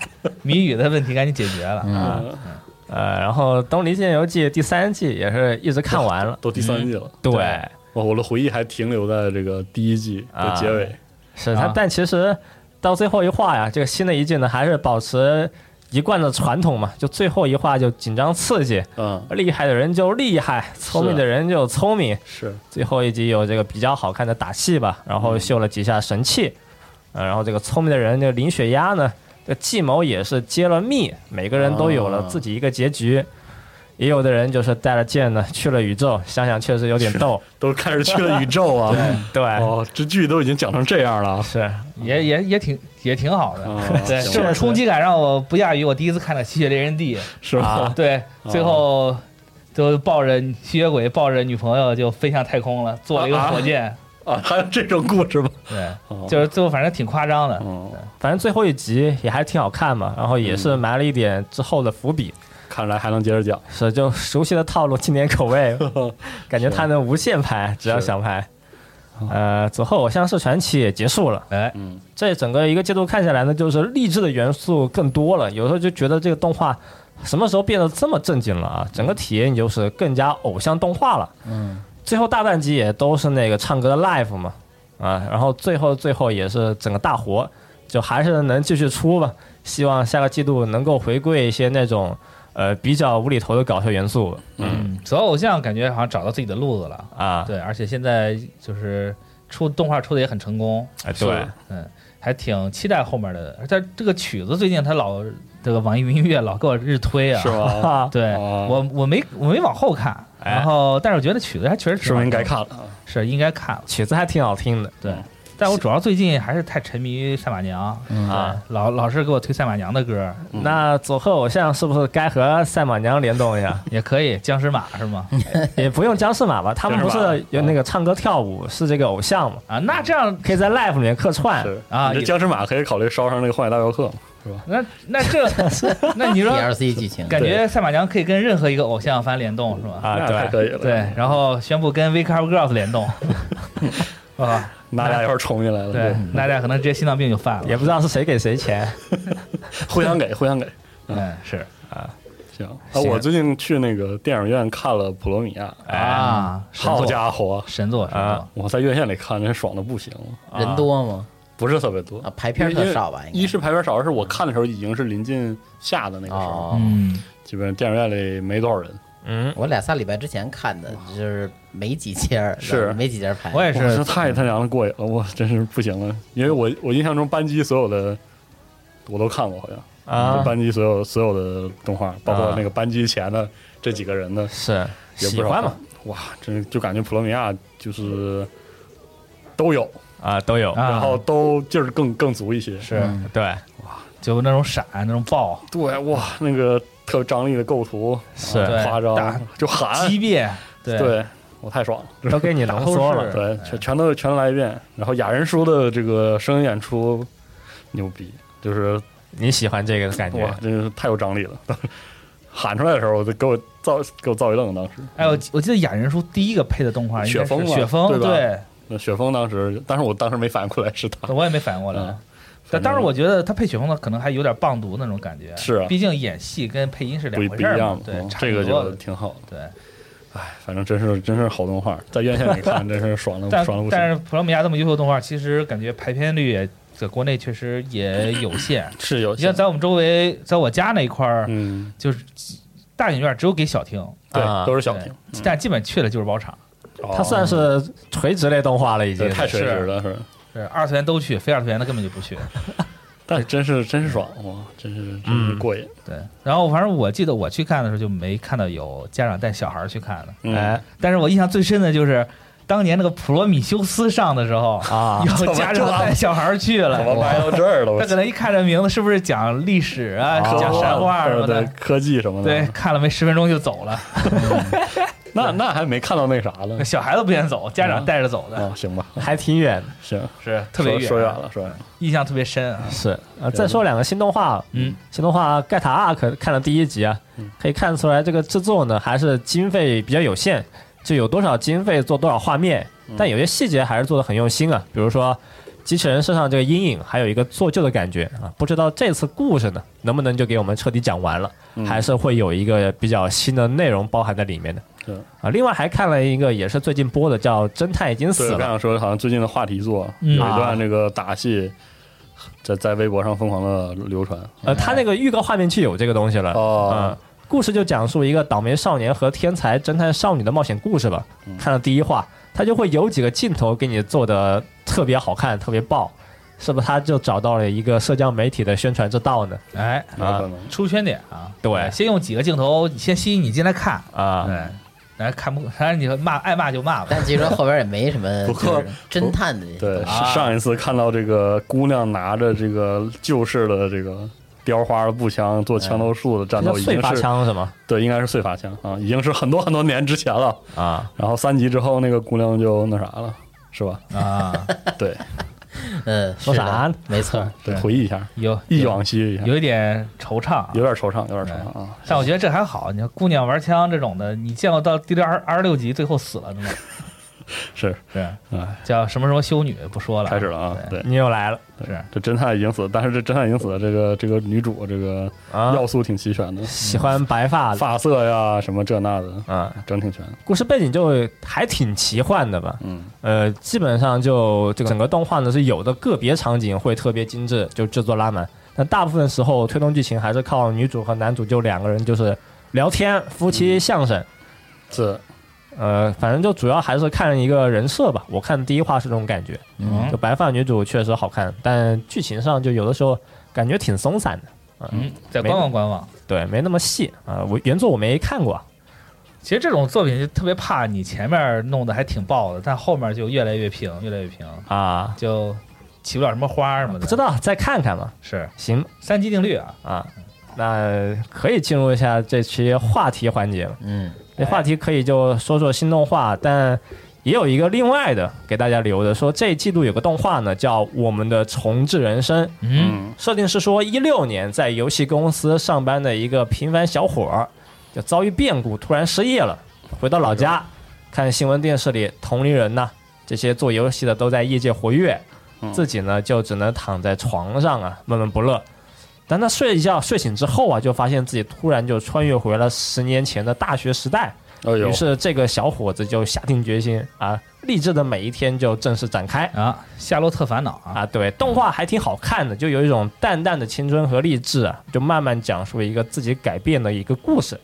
谜语的问题赶紧解决了。
啊，
嗯
呃，然后《东离剑游记》第三季也是一直看完了，
都第三季了。
对。
嗯我我的回忆还停留在这个第一季的结尾。
是他
啊，
但其实到最后一话呀，这个新的一季呢，还是保持一贯的传统嘛，就最后一话就紧张刺激，
嗯，
厉害的人就厉害，聪明的人就聪明。
是
最后一集有这个比较好看的打戏吧，然后秀了几下神器，呃，然后这个聪明的人就林雪鸭呢，这计谋也是揭了密，每个人都有了
啊
自己一个结局。也有的人就是带了剑呢去了宇宙，想想确实有点逗，
都开始去了宇宙啊！
对，
哦，这剧都已经讲成这样了。
是
也也也挺也挺好的。
啊
对，
行
这种冲击感让我不亚于我第一次看的《吸血猎人 D》。
是吧？ 啊
对，最后就抱着吸血鬼抱着女朋友就飞向太空了，做了一个火 箭。
啊，还有这种故事吗？
对，
哦
就是最后反正挺夸张的。
嗯，
反正最后一集也还挺好看嘛，然后也是埋了一点之后的伏笔，
看来还能接着讲。
是就熟悉的套路，经典口味，感觉他能无限拍，只要想拍。呃，之后《偶像是传奇》也结束了，
哎，
嗯，
这整个一个季度看下来呢，就是励志的元素更多了，有时候就觉得这个动画什么时候变得这么正经了啊？整个体验就是更加偶像动画了。嗯，最后大半集也都是那个唱歌的 live 嘛，啊，然后最后最后也是整个大活，就还是能继续出吧。希望下个季度能够回归一些那种呃比较无厘头的搞笑元素
嗯，择偶像感觉好像找到自己的路子了。
啊。
对，而且现在就是出动画出的也很成功，
哎
是
对，
还挺期待后面的。但这个曲子最近他老这个网易云音乐老给我日推 啊，
是？吗？
啊，
对，
哦
我我没我没往后看，
哎
然后但是我觉得曲子还确实挺
是不是应
好
该
听的，
看了？
是应该看了。
曲子还挺好听的
对，但我主要最近还是太沉迷于赛马娘，
啊。
老老是给我推赛马娘的歌，
那佐贺偶像是不是该和赛马娘联动一下？
也可以僵尸马是吗？
也不用僵尸马吧？他们不
僵尸马
是有那个唱歌跳舞是这个偶像嘛？
啊，那这样
可以在 live 里面客串。
是
啊
你这
也
僵尸马可以考虑烧上那个《荒野大镖客》嘛？
那那 这那你说
DLC 剧情，
感觉赛马娘可以跟任何一个偶像番联动是吗？
啊，
那太
对，
可以了。
对，，然后宣布跟 Wake Up Girls 联动，啊，
那俩一会儿冲进来了，
对，那大家可能直接心脏病就犯
也
了。
不知道是谁给谁钱。
对，互相 给，互相给。
嗯，是
行，啊，我最近去那个电影院看了《普罗米亚
哎
哎
啊，》，神
好
作，
家伙，
神作，神作
嗯啊，
我在院线里看，真爽的不行，
人多吗？
不是特别多
啊，排片儿特少吧？
因为
应
一
该
是排片少，二是我看的时候已经是临近夏的那个时候，
哦，
嗯，
基本上电影院里没多少人。
嗯，
我俩仨礼拜之前看的，就是没几家儿，
是
没几家儿排。
我也
哇这
是，
太他娘的过瘾了，我真是不行了，因为我我印象中班机所有的我都看过，好像、
啊
就，班机所有所有的动画，包括那个班机前的这几个人的，
是
也不
啊喜欢嘛？
嘛。哇，真就感觉普罗米亚就是都有，
啊，都有。
啊
然后都劲儿更更足一些。
是
嗯
对，
就那种闪，那种爆，
对，哇，那个特有张力的构图，
是
对
夸
打
张，就喊
啊
激，变，对
对我太爽了。
都给你浓缩
是
了。
对，全全都全都来一遍。然后雅人叔的这个声音演出牛逼，就是
你喜欢这个感
哇
觉，
真是太有张力了。 喊出来的时候，我就给我造给我造一愣，当时
哎，我我记得雅人叔第一个配的动画应该是
雪峰吧
雪峰，
对吧
对，
那雪峰当时，但是我当时没反应过来是他，
我也没反应过来
啊嗯，反正
但当然，我觉得他配雪峰的可能还有点棒读那种感觉，
是啊
毕竟演戏跟配音是
不
两
一
回
不一
事儿
样
嘛
嘛，，
对
嗯，
差
这个
不多
就
的
挺好的。
对，
哎，反正真是真是好动画，在院线里 看真是爽的
但
爽的不
但
行。。
是普罗米亚这么优秀的动画，其实感觉排片率也在国内确实也有限
是有
你像在我们周围，在我家那一块儿，
嗯，
就是大影院只有给小厅，
啊
对，都是小
对
屏，嗯
但基本去了就是包场，
哦
它算是垂直类动画了，已经
对太垂直了是，
是二次元都去，非二次元的根本就不去。
但哎真是真是爽哇，真是真是
嗯
过瘾。
对，然后反正我记得我去看的时候就没看到有家长带小孩儿去看的，
嗯
哎
但是我印象最深的就是当年那个普罗米修斯上的 时候，
嗯
啊，
有家长带小孩儿去了
怎，么掰到这儿了？我
他可能一嗯看这名字是不是讲历史啊，
科
讲
幻
神话什么
哦对
的，
科技什么的。
对，，看了没十分钟就走了。
那那还没看到那啥呢
那。小孩子不愿走，家长
嗯
带着走的，
哦，行吧，
还挺远的。
行，
是特别
说说远
远，啊
了，说远了。
印象特别深啊。
是，呃，再说两个新动画，
嗯，
新动画《盖塔二》可看了第一集啊，
嗯
可以看出来这个制作呢还是经费比较有限，就有多少经费做多少画面，
嗯
但有些细节还是做的很用心啊，比如说机器人身上这个阴影，还有一个做旧的感觉啊，不知道这次故事呢能不能就给我们彻底讲完了，
嗯
还是会有一个比较新的内容包含在里面的。
对
啊，另外还看了一个也是最近播的叫《侦探已经
对，
死
我刚
了
想说，好像最近的话题作
嗯
有一段这个打戏，在在微博上疯狂的流传。》，
呃，它那个预告画面就有这个东西了。
哦
嗯，，故事就讲述一个倒霉少年和天才侦探少女的冒险故事吧。
嗯
看了第一话，他就会有几个镜头给你做的特别好看，特别爆，是不是？他就找到了一个社交媒体的宣传之道呢？
哎，
有可能。
出圈点啊，
对
先用几个镜头先吸引你进来看，
啊，
嗯
对，然后看不，反正你骂爱骂就骂吧，
但其实后边也没什么
不
就
过
是侦探的这些
对，
东西
啊
是上一次看到这个姑娘拿着这个旧式的这个雕花的步枪做枪
哎
斗术的战
叫
斗，已
啊碎
经
发
是
枪是吗？
对，应该是碎发枪啊，已经是很多很多年之前了。
啊，
然后三级之后，那个姑娘就那啥了，是 吧？
啊，
对
嗯，
说
是
啥
的
呢？
没错，
对，
对
回忆一下，
有
忆往昔一下，
有一点惆怅啊
有。点惆怅，有点惆怅啊。
但我觉得这还好，你看姑娘玩枪这种的，你见过到第六二二十六集最后死了的吗？
是，
是
哎，
叫什么什么修女不说了，
开始了啊，对。
你又来了
是
这侦探已经死了，但是这侦探已经死了，这个这个女主这个
啊！
要素挺齐全的，
喜欢白发的
发色呀什么这那的，
啊，
整挺全。
故事背景就还挺奇幻的吧。
嗯，
呃，基本上就这个整个动画呢是有的个别场景会特别精致，就制作拉满，但大部分时候推动剧情还是靠女主和男主就两个人就是聊天、夫妻相声。
是
呃，反正就主要还是看一个人设吧。我看第一话是这种感觉，
嗯
就白发女主确实好看，但剧情上就有的时候感觉挺松散的。
嗯，再观望观望。
对，没那么细啊、呃我原作我没看过，
其实这种作品就特别怕你前面弄得还挺爆的，但后面就越来越平，越来越平，
啊，
就起不了什么花什么的。
不知道再看看嘛。
是
行
三级定律啊，
啊，那可以进入一下这期话题环节了。
嗯，
这话题可以就说说新动画，但也有一个另外的给大家留的，说这一季度有个动画呢叫《我们的重置人生》，
嗯，
设定是说一六年在游戏公司上班的一个平凡小伙儿，就遭遇变故，突然失业了，回到老家，看新闻电视里同龄人呐、这些做游戏的都在业界活跃，自己呢就只能躺在床上啊闷闷不乐。但他睡一觉睡醒之后啊，就发现自己突然就穿越回了十年前的大学时代，
哎呦
于，是这个小伙子就下定决心啊，励志的每一天就正式展开
啊，夏洛特烦恼啊，
啊。对，动画还挺好看的，就有一种淡淡的青春和励志啊，就慢慢讲述一个自己改变的一个故事。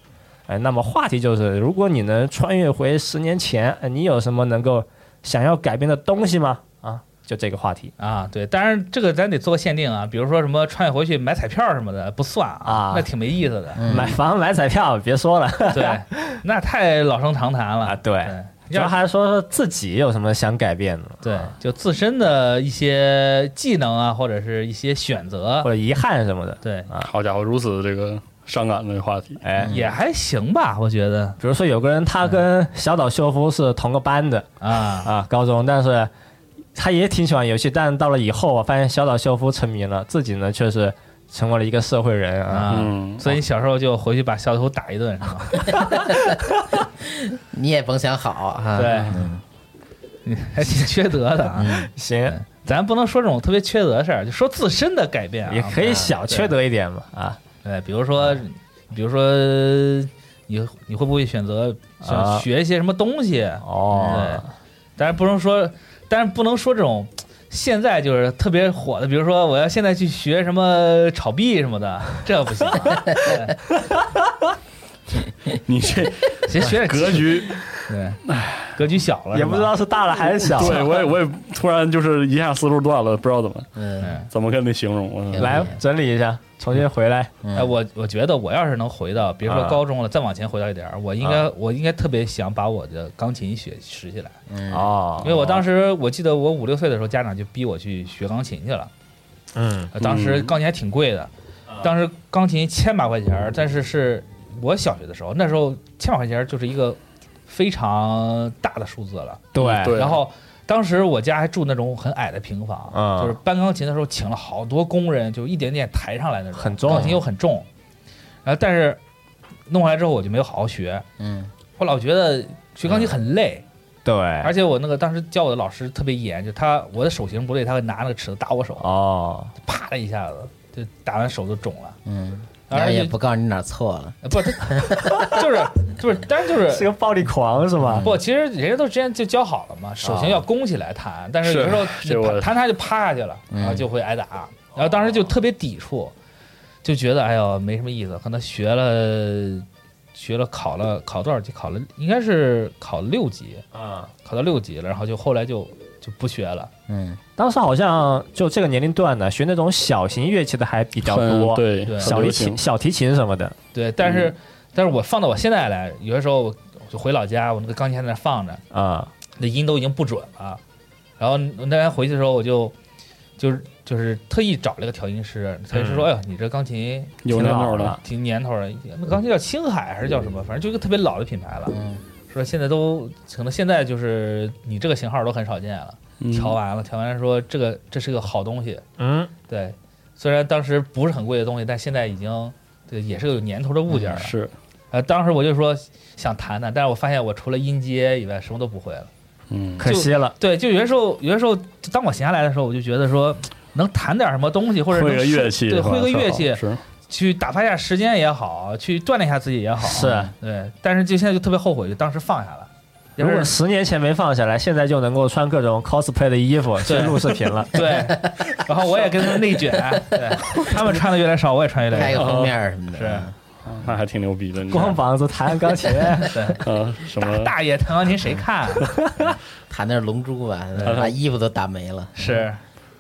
哎，那么话题就是，如果你能穿越回十年前，哎你有什么能够想要改变的东西吗？啊，就这个话题
啊，对，当然这个咱得做个限定啊，比如说什么穿越回去买彩票什么的不算
啊
那挺没意思的，
买房买彩票，别说了
对，那太老生常谈
啊。
了，
对，
对，
主要
要
还是说说自己有什么想改变的，
对，就自身的一些技能啊，或者是一些选择
或，者啊遗憾什么的。
对，
好家伙，如此这个伤感的话 题，
哎，
也还行吧，我觉得
比如说有个人他跟小岛秀夫是同个班的
啊，
啊，高中，但是他也挺喜欢游戏，但到了以后啊，发现小岛秀夫沉迷了，自己呢却是成为了一个社会人啊。
啊，
嗯
所以你小时候就回去把小头打一 顿，是吧？
你也甭想好啊。
对
嗯
还挺缺德的啊。
行，
咱不能说这种特别缺德的事儿，就说自身的改变啊，
也可以小缺德一点嘛啊，
对，比如说，比如说，你你会不会选择
啊
想学一些什么东西？啊
哦，
但是不能说，但是不能说这种现在就是特别火的，比如说我要现在去学什么炒币什么 的，这不行，
你这
先学点
格
技术，
局，
对，格局小了，
也不知
是吧。
道是大了还是小
对
了。
我也我也突然就是一下思路断了，不知道怎么
嗯
怎么跟你形容。嗯我
来整理一下，重新回来。
哎，我我觉得我要是能回到，别说
啊
高中了，再往前回到一点儿，我应该我应该特别想把我的钢琴学拾起来，
嗯
哦，
因为我当时我记得我五六岁的时候，家长就逼我去学钢琴去了。
嗯
呃当时
嗯
钢琴还挺贵的，当时钢琴千把块钱儿，但是是我小学的时候，那时候千把块钱儿就是一个非常大的数字了。
对
嗯对
然后当时我家还住那种很矮的平房，
嗯
就是搬钢琴的时候请了好多工人，就一点点抬上来那种，
很重
钢琴又很重。然后但是弄回来之后我就没有好好学，
嗯
我老觉得学
嗯
钢琴很累，而
对
且我那个当时教我的老师特别严，就他我的手型不对，他会拿那个尺子打我手。
哦，
啪的一下子，就打完手就肿了。
嗯，
而
然后
且
也不告诉你哪儿错了，
呃不是，他 就是就是，但是就是是
个暴力狂是
嗯
吧？
不，其实人家都之前就教好了嘛，手
啊
型要弓起来弹，但是有时候
是这我
你弹弹就趴下去了，
嗯
然后就会挨打。然后当时就特别抵触，就觉得哎呦没什么意思，可能学了学了考了考多少级？考了应该是考六级，
啊
嗯，
考到六级了，然后就后来就就不学了。
嗯
当时好像就这个年龄段呢，学那种小型乐器的还比较
很，
多，
对
对
很
小
流
提
行
琴、小提琴什么的。
对，但是、但是我放到我现在来，有的时候我就回老家，我那个钢琴还在那放着。
啊
那音都已经不准了。然后那天回去的时候，我就就是就是特意找了一个调音师，调音师说：“哎呦，你这钢琴
有那种
挺老
的
的，
挺年头的，那钢琴叫青海还是叫什么？反正就一个特别老的品牌了。
嗯
说现在都可能现在就是你这个型号都很少见了。
嗯
调完了，调完了说这个这是个好东西，
嗯，
对，虽然当时不是很贵的东西，但现在已经对也是个有年头的物件了。
是，
呃，当时我就说想弹弹，但是我发现我除了音阶以外什么都不会了。”
嗯，
可惜了，
对，就有些时候，有些时候，当我闲下来的时候，我就觉得说，能弹点什么东西，或者
会
能
个
是
乐器
对，
的话，
会个乐器，
是
去打发一下时间也好，去锻炼一下自己也好。
是，
对，但是就现在就特别后悔，就当时放下了。要
如
不
果
然
十年前没放下来，现在就能够穿各种 cosplay 的衣 服去
对。
录视频了
对，然后我也跟他们内卷，啊对，他们穿的越来越少，我也穿越来
哎
拍
越
个
少。
封面儿什么的，啊
是
那还挺牛逼的。你看
光膀子弹钢琴，
呃什
大
么
大爷弹钢琴谁看？啊
弹那龙珠吧，把衣服都打没了
是，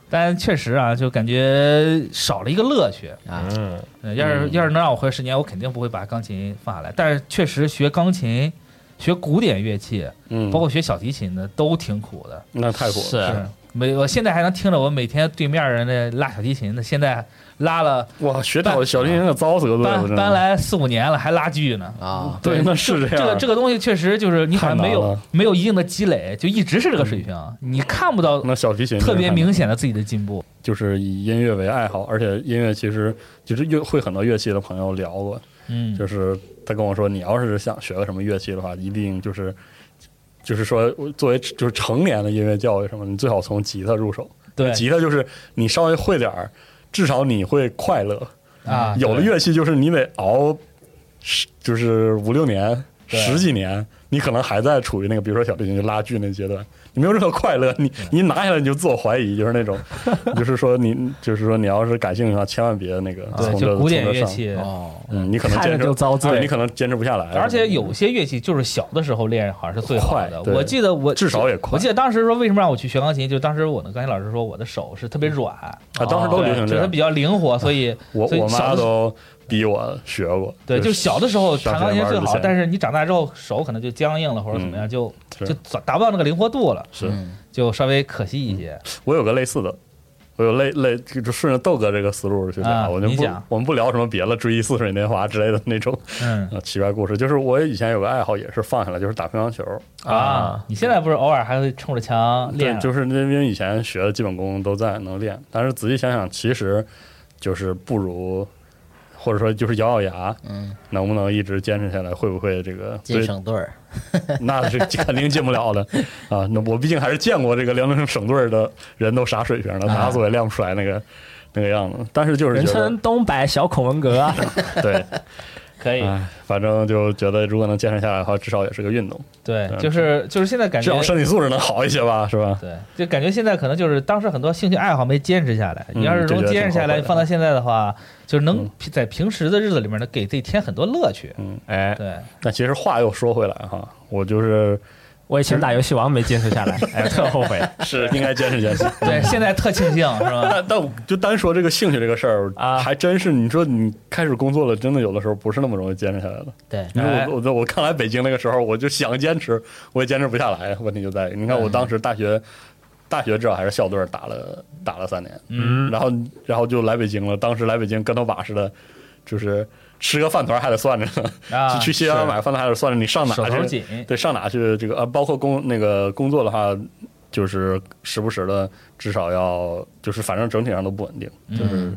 但确实啊，就感觉少了一个乐趣。
啊，
嗯，
嗯，要是要是能让我回十年，我肯定不会把钢琴放下来。但是确实学钢琴、学古典乐器，
嗯，
包括学小提琴的，都挺苦的。
那太苦了，
是
是每我现在还能听着我每天对面人那拉小提琴的，现在拉了
哇，学到小提琴可糟死个对
搬
子，真的
搬来四五年了，还拉 锯呢。
啊，
对，那是这
这
样
个
的。
这个东西确实就是你好像
太难
没有
了嗯
没有一定的积累，就一直是这个水平，啊你看不到
那小提琴
特别明
显。
显的自己的进步。
就是以音乐为爱好，而且音乐其实就是乐会很多乐器的朋友聊过，
嗯，
就是他跟我说，你要是想学个什么乐器的话，一定就是就是说作为就是成年的音乐教育什么，你最好从吉他入手。
对
吉他就是你稍微会点儿，至少你会快乐。
啊，
有的
对
乐器就是你得熬十，就是五六年、
对
十几年，你可能还在处于那个，比如说小提琴就拉锯那阶段，你没有任何快乐，你你一拿下来你就自我怀疑，就是那 种，就是说你就是说你要是感兴趣的话，千万别那个
对，
从这
啊就古典
从这
乐
上，
器，
哦，
嗯，你可能
看
坚
着
持
就遭罪
对你可能坚持不下来，
而且有些乐器就是小的时候练好像是最好的。
快对
我记得我
至少也快
我记得当时说为什么让我去学钢琴，就当时我的钢琴老师说我的手是特别软，
啊，当时都流行这
哦对就它
样
比，较灵活，所以
我
所以
我
小
妈
的时候
都逼我学过，
对，就小的时候
上
弹钢琴
学
最
玩儿之
好，
前
但是你长大之后手可能就僵硬了或者怎么样，就
嗯是
就达达不到那个灵活度了，
是
嗯
就稍微可惜一些。
我有个类似的，我有类类就顺着豆哥这个思路去聊，
啊
我就
你
不
讲
我们不聊什么别的《追忆似水年华》之类的那种
嗯
呃奇怪故事。就是我以前有个爱好，也是放下来，就是打乒乓球。
啊，你现在不是偶尔还会冲着墙
对
练，啊？
就是那边以前学的基本功都在能练，但是仔细想想，其实就是不如或者说就是咬咬牙，
嗯，
能不能一直坚持下来？会不会这个
进
对？
省队儿，
那是肯定进不了的啊！那我毕竟还是见过这个辽宁省省队的人都啥水平了，打死我也亮不出来那个那个样子。但是就是
人
觉
称
得
东北小孔文 革啊，
对，
可以，
哎，反正就觉得如果能坚持下来的话，至少也是个运动，
对，就是就是现在感
至少
觉。
身体素质能好一些吧，是吧？
对，就感觉现在可能就是当时很多兴趣爱好没坚持下来，
嗯
你要是
这
能
觉得
坚持下
挺后悔
来，
的
放到现在的话，就是能
嗯
在平时的日子里面呢，给自己添很多乐趣。
哎，
对，
但其实话又说回来哈，我就是
我以前打游戏王没坚持下来，哎，特后 悔
是应该坚持坚持。
对，现在特庆幸是吧？
但但我就单说这个兴趣这个事儿
啊
还真是你说你开始工作了，真的有的时候不是那么容易坚持下来的。
对，
因为
哎
我我在我刚来北京那个时候，我就想坚持，我也坚持不下来。问题就在于，你看我当时大学，大学至少还是校队儿打了打了三年，
嗯
然后然后就来北京了。当时来北京跟头把似的，就是吃个饭团还得算着呢，
啊，
去西安买饭团还得算着你上哪
手头
去，
紧，
对，上哪去这个呃，包括工那个工作的话，就是时不时的，至少要就是反正整体上都不稳定，呃
嗯，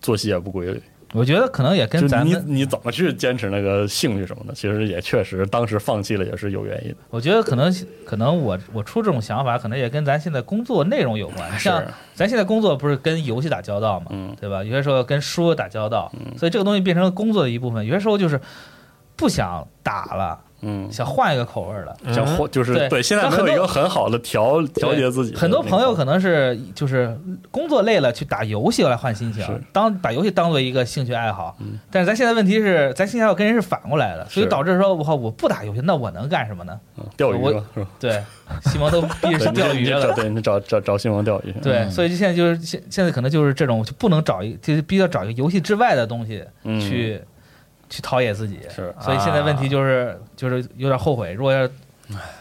作息也不规律。
我觉得可能也跟
就
咱
你
们，
你怎么去坚持那个兴趣什么的，其实也确实当时放弃了也是有原因的。
我觉得可能可能我我出这种想法，可能也跟咱现在工作内容有关。
啊是
像咱现在工作不是跟游戏打交道嘛，
嗯
对吧？有些时候跟书打交道，所以这个东西变成了工作的一部分。有些时候就是不想打了，
嗯，
想换一个口味儿了。
像或就是
嗯对
对，现在
但
没有
很
一
多
个很好的调调节自己的那个。
很多朋友可能是就是工作累了去打游戏来换心情
是，
当把游戏当做一个兴趣爱好
嗯。
但是咱现在问题是，咱兴趣爱好跟人是反过来的，所以
是
导致说，我靠，我不打游戏，那我能干什么呢？
嗯钓鱼
我
吧是吧？
对， 西蒙都逼
对
着去
你
钓
这
鱼
你这
了
找。对，你找找找新闻钓鱼。
对，
嗯
所以就现在就是现现在可能就是这种，就不能找一，就是必须要找一个游戏之外的东西
嗯，
去、去陶冶自己。
是
所以现在问题就是就是有点后悔，如果要是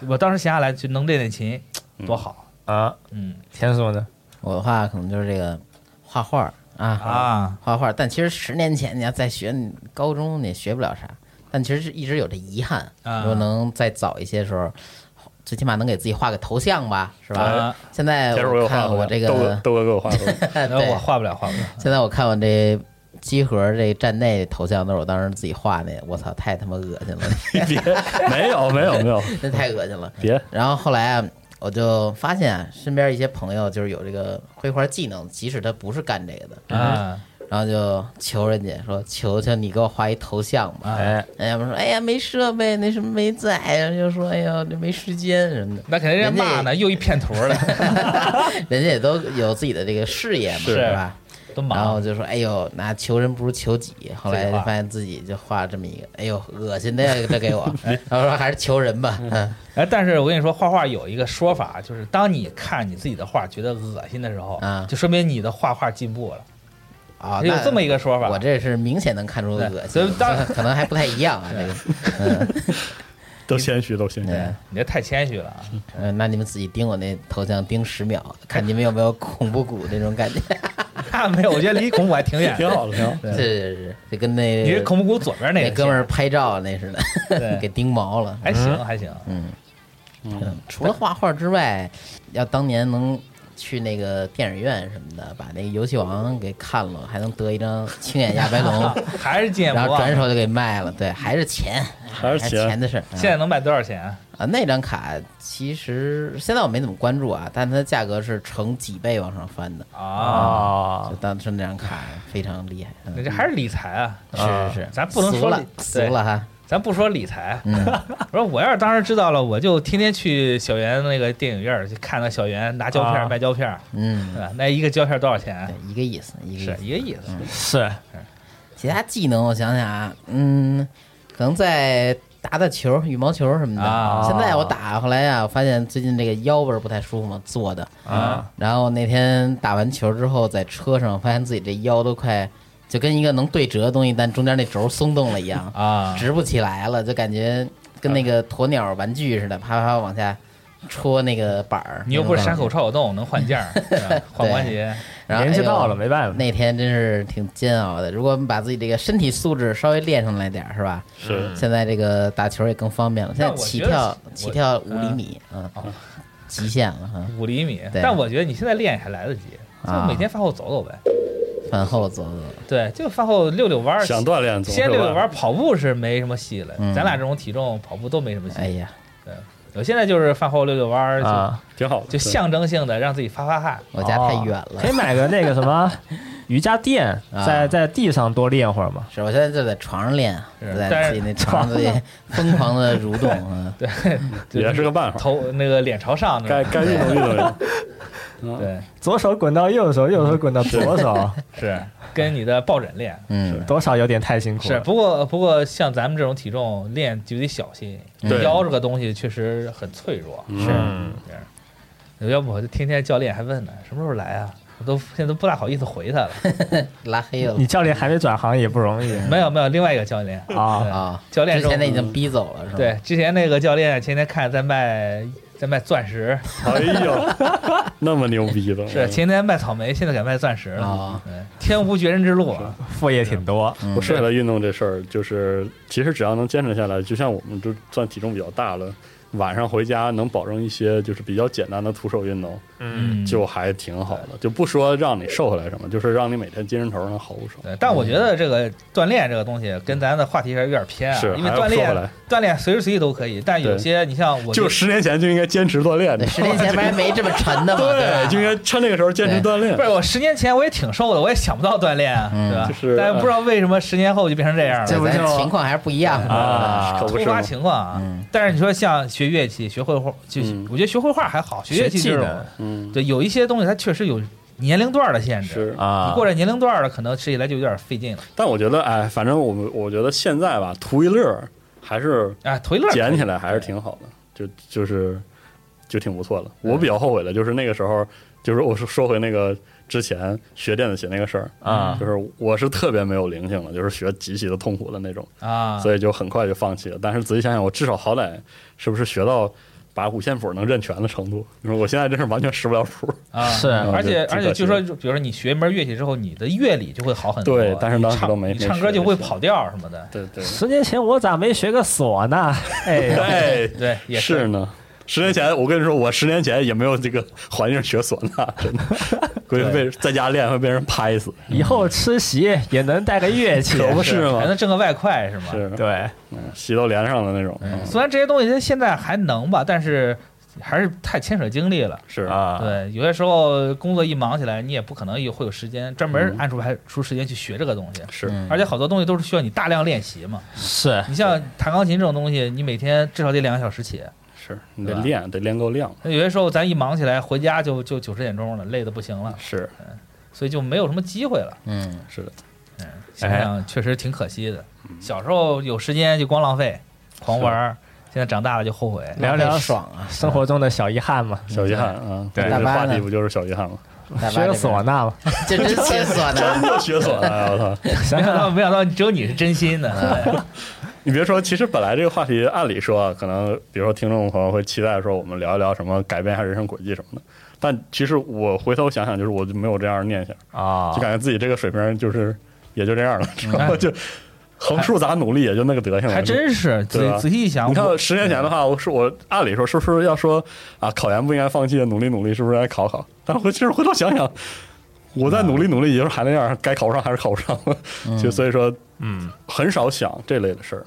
我当时闲下来就能练练琴，多好。
啊。
嗯
天叔呢？
我的话可能就是这个画画儿啊，
啊，
画画儿。但其实十年前你要再学，你高中你也学不了啥。但其实是一直有这遗憾，
啊
如果能再早一些时候，最起码能给自己画个头像吧，是吧？
啊，
现在
其实我有画
看
过，
我这个
豆哥豆哥给我画过，
那
哎对
我画不了，画不了。
现在我看我这集合这站内头像都是我当时自己画那，我操，太他妈恶心了，
别没有没有没有，
那太恶心了。
别
然后后来啊，我就发现啊身边一些朋友就是有这个绘画技能，即使他不是干这个的，
啊，
然后就求人家说：“求求你给我画一头像
啊
吧。”
哎，
哎呀，我说：“哎呀，没设备，那什么没在。”然后就说：“哎呀，这没时间什么的。”
那肯定人家骂呢，又一骗图了，
人家也都有自己的这个事业嘛，
是
是吧？
都
然后
忙。
就说：“哎呦，那求人不如求己。”后来就发现自己就画这么一个，哎呦，恶心的 呀，这给我。然后说还是求人吧，嗯，
哎，但是我跟你说，画画有一个说法，就是当你看你自己的画觉得恶心的时候
啊，
就说明你的画画进步了。
啊，
有
那
这么一个说法，
我这是明显能看出
对
恶
所以
心，嗯
当
可能还不太一 样啊，这个，
都谦虚都谦虚。
嗯
你这太谦虚 了啊。
嗯，那你们自己盯我那头像盯十秒，看你们有没有恐怖谷那种感觉。
那啊没有，我觉得离孔母还挺远。
挺好的，挺好的。
对
是是是，就跟那
你是孔母谷左边那
那
个
哥们儿拍照那似的，
对
给盯毛了。
还行还行，
嗯，嗯除了画画之外，要当年能去那个电影院什么的，把那个《游戏王》给看了，还能得一张青眼亚白龙，
啊还是经验
然
不
后
忘。
转手就给卖了。对，还是钱，
还是
还
钱
钱的事儿。嗯
现在能卖多少钱啊？
啊，那张卡其实现在我没怎么关注啊，但它的价格是成几倍往上翻的。
啊，
啊
就，当时那张卡非常厉害，嗯
那这还是理财啊！
是是是，
咱不能
俗
说
了
理
俗
对
了哈，
咱不说理财，
嗯，
我 说我要是当时知道了，我就天天去小袁那个电影院儿去看那小袁拿胶片儿
啊
卖胶片儿，对
嗯，
吧？那一个胶片儿多少
对
钱？，啊
一个意思，一个
是
意思。
一个意思。
是
其他技能我想想啊，嗯，可能在打打球、羽毛球什么
啊
的。现在我打，后来呀、我发现最近这个腰不是不太舒服嘛，坐的。
啊，
然后那天打完球之后，在车上发现自己这腰都快就跟一个能对折的东西，但中间那轴松动了一样，
啊，
直不起来了，就感觉跟那个鸵鸟玩具似的，啪啪啪往下戳那个板儿。
你又不是山口
那种感觉
超有洞，能换件 儿，是吧换关节，
然后
年纪到
哎呦
了没办法
那天真是挺煎熬的。如果我们把自己这个身体素质稍微练上来点儿，是吧？
是
现在这个打球也更方便了。现
但
在
我
起
觉得
跳
我
起跳五厘米，嗯，极限了哈。
五厘米。
对
但我觉得你现在练还来得及，就
啊
每天饭后走走呗。
饭后走走，
对，就饭后溜溜弯儿，
想锻炼总是
先溜溜
晚
弯儿，跑步是没什么戏了。
嗯
咱俩这种体重跑步都没什么戏。
哎呀，
我现在就是饭后溜溜弯儿，就、
啊，
挺好的，
就象征性的让自己发发汗。
我家太远了，
可以买个那个什么瑜伽垫，
啊
在在地上多练会儿嘛。
是我现在就在床上练，
是
在
但
自
是
己那床上自己 疯狂的蠕动，嗯
对，就
对也是个办法，
头那个脸朝上那
该
种。
该运动运动运动。嗯
对，
左手滚到右手，右手滚到左 手，
是跟你的抱枕练。
嗯，
多少有点太辛苦
是，
了。
不过不过像咱们这种体重练就得小心，
对
腰这个东西确实很脆弱。
嗯
嗯，
是，要不我就天天教练还问呢，什么时候来啊？我都现在都不大好意思回他了。
拉黑了
你教练还没转行也不容易
没有没有，另外一个教练，
啊。
啊，
教练
之
是我
前那已嗯经逼走了是吧？
对，之前那个教练前天看在卖在卖钻石，
哎呦，那么牛逼的，
是前天卖草莓，现在改卖钻石了。
啊
对天无绝人之路啊，
副业挺多，
嗯，
我是为了运动这事儿，就是其实只要能坚持下来，就像我们就算体重比较大了，晚上回家能保证一些就是比较简单的徒手运动，
嗯，
就还挺好的。就不说让你瘦下来什么，就是让你每天精神头儿上好不少。
对，但我觉得这个锻炼这个东西跟咱的话题还是有点偏啊，
嗯是
因为
还要
锻
说回
炼
来
锻炼随时随地都可以，但有
对
些你像我
就十年前就应该坚持锻炼，
对，十年前不还没这么沉的嘛，
对，就应
吧？
该趁那个时候坚持锻炼
不。是我十年前我也挺瘦的，我也想不到锻炼啊，
嗯
对吧？
就是
但是不知道为什么十年后就变成这样
这
了，
不
咱
就
情况还是不一样的
啊
可不
突
是
发
吗？
情况啊。
嗯
但是你说像学乐器、学绘画，就、
嗯
我觉得学绘画还好，学乐器
学技
这种
能，
嗯，
对，有一些东西它确实有年龄段的限制，
是。
你
啊
过，了年龄段了，可能吃起来就有点费劲了。
但我觉得，哎，反正我们我觉得现在吧，图一乐儿还是
啊，腿 乐
捡起来还是挺好的，就就是就挺不错的。我比较后悔的就是那个时候，就是我说说回那个之前学电子琴那个事儿
啊
就是我是特别没有灵性了，就是学极其的痛苦的那种，
啊，
所以就很快就放弃了。但是仔细想想，我至少好歹是不是学到把五线谱能认全的程度？你说我现在真是完全识不了谱，
啊，
是
而且
嗯对
而
挺
且
可惜
据说，就比如说你学一门乐器之后，你的乐理就会好很多。啊
对但是当时
你唱
都没
你
没
唱歌
学
就会
这些
跑调什么的。
对对，
十年前我咋没学个唢呐？哎，
哎，
对，也
是
是
呢。十年前，我跟你说，我十年前也没有这个环境学唢呐，真的，估计被在家练会被人拍死，
以后吃席也能带个乐器，
可不是
还
吗？
能挣个外快是吗？
是，
对，
嗯洗都连上了那种，嗯
虽然这些东西它现在还能吧，但是还是太牵扯精力了。
是，
啊，
对，有些时候工作一忙起来，你也不可能有会有时间专门按出排出时间去学这个东西。
嗯是，
嗯
而且好多东西都是需要你大量练习嘛。
啊
是
你像弹钢琴这种东西，你每天至少得两个小时起。
是，你得
对吧
练，得练够量，
那有些时候咱一忙起来，回家就就九十点钟了，累得不行了，
是，
所以就没有什么机会了。
嗯，
是的，哎
想想确实挺可惜的。小时候有时间就光浪费，狂玩儿，现在长大了就 后悔。
聊聊
浪费爽啊，
生活中的小遗憾嘛，
小遗憾啊，
对
这
大
个
巴
话
呢
题不就是小遗憾吗？
大
学
巴这边
个唢呐嘛，
这真写唢
真
呐，
就学唢呐，哎我操！
想
没想
想
到，没想到，只有你是真 心的。
你别说，其实本来这个话题，按理说啊，可能比如说听众朋友会期待说我们聊一聊什么改变一下人生轨迹什么的，但其实我回头想想，就是我就没有这样的念想。
啊
就，感觉自己这个水平就是也就这样了，然后就横竖咋努力也就那个德行了。
还真是，
对
仔
吧
仔细一想，
你
我
看十年前的话，我是我按理说是不是要说啊，考研不应该放弃，努力努力，是不是应该考考？但回其实回头想想，我再努力努力，也就是还那样，该考不上还是考不上。
嗯
就所以说
嗯，
很少想这类的事儿，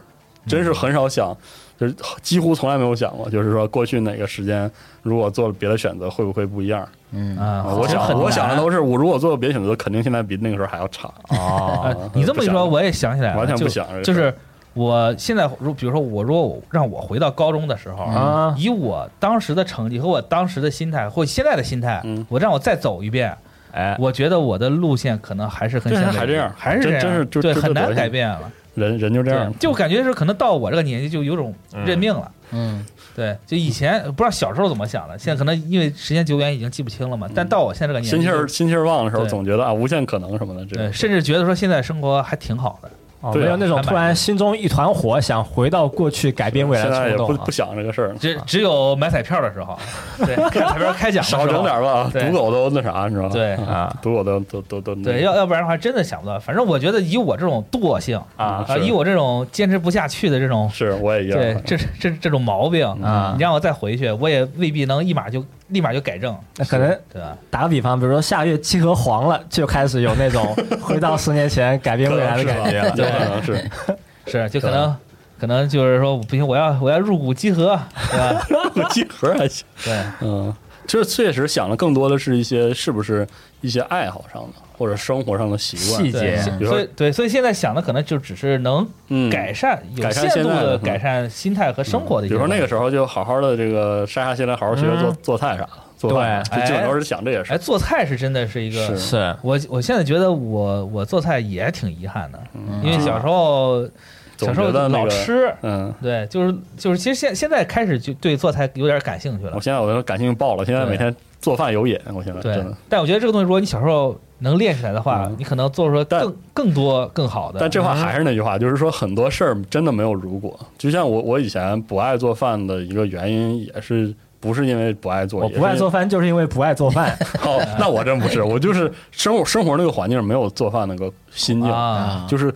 真
嗯
是很少想，就是几乎从来没有想过，就是说过去哪个时间如果做了别的选择，会不会不一样？
嗯，
啊，
我
很
想
难
我想的都是，我如果做了别的选择，肯定现在比那个时候还要差。
哦，
啊， 你这么一
不想
说，
了
我也想起来了，
完全不
就
想这个
就
事
是我现在如比如说我如果我让我回到高中的时候
啊
以我当时的成绩和我当时的心态或现在的心态
嗯，
我让我再走一遍，
哎，
我觉得我的路线可能还是很
对
相
还
对
这样
还是
真
这样，
真是就
对
就
很
这德
难
行
改变了。
人人就这样
对，，就感觉是可能到我这个年纪就有种认命了。
嗯，
对，就以前不知道小时候怎么想的，现在可能因为时间久远已经记不清了嘛。
嗯
但到我现在这个年
心
纪
气
就，
儿心气儿旺的时候，
对
总觉得啊无限可能什么的，这
对，甚至觉得说现在生活还挺好的。
哦
对啊
没有那种
还蛮
突然心中一团火，想回到过去改变未来
现在
的
也
冲
不
动啊
不想这个事儿了，
只只有买彩票的时候，对，看彩票开奖的时候
少整点儿吧，
对
赌狗都那啥，你知道吗？
对
啊
赌狗都都都都
对，要要不然的话真的想不到。反正我觉得以我这种惰性
啊
啊，
是
以我这种坚持不下去的这种，
是我也一样，
对
反正
这这这种毛病，
啊
你让我再回去，我也未必能一马就立马就改正，
那可能
对吧？
打个比方，比如说下月七和黄了，就开始有那种 回到十年前改变
可
未来
能
的
是吧
感觉了。
有可能是，
是，就可能可能就是说，不行，我要我要入股集合，对吧？
我集合还行。
对，
嗯，就是确实想的更多的是一些是不是一些爱好上的或者生活上的习惯
细节
对，
比如
所
说
以对，所以现在想的可能就只是能
嗯
改善，有
改善
限度
现在
的
的嗯
改善心态和生活的一
比
些
如
东
说
西。
那个时候就好好的这个杀下心来，好好学学做
嗯
做菜啥的，做饭啥的，
对
就基本
哎
都是想这些事
哎，
儿。
做菜是真的是一个，
是
是，
我我现在觉得我我做菜也挺遗憾的，
嗯
因为小时候小
总
时候
觉得那
老
个，
吃，
嗯，
对，就是就是，其实现现在开始就对做菜有点感兴趣了
我，现在我都感兴趣爆了，现在
对
每天做饭有瘾，我现在
对
啊真的。。
但我觉得这个东西，如果你小时候能练起来的话
嗯，
你可能做出来
但
更更多更好的。嗯
但这话还是那句话，就是说很多事儿真的没有如果。就像我我以前不爱做饭的一个原因，也是不是因为不爱做，
我
也是
不爱
因
做饭，就是因为不爱做 饭。
哦，那我真不是，我就是生活生活那个环境没有做饭那个心境，
啊，
啊，
就是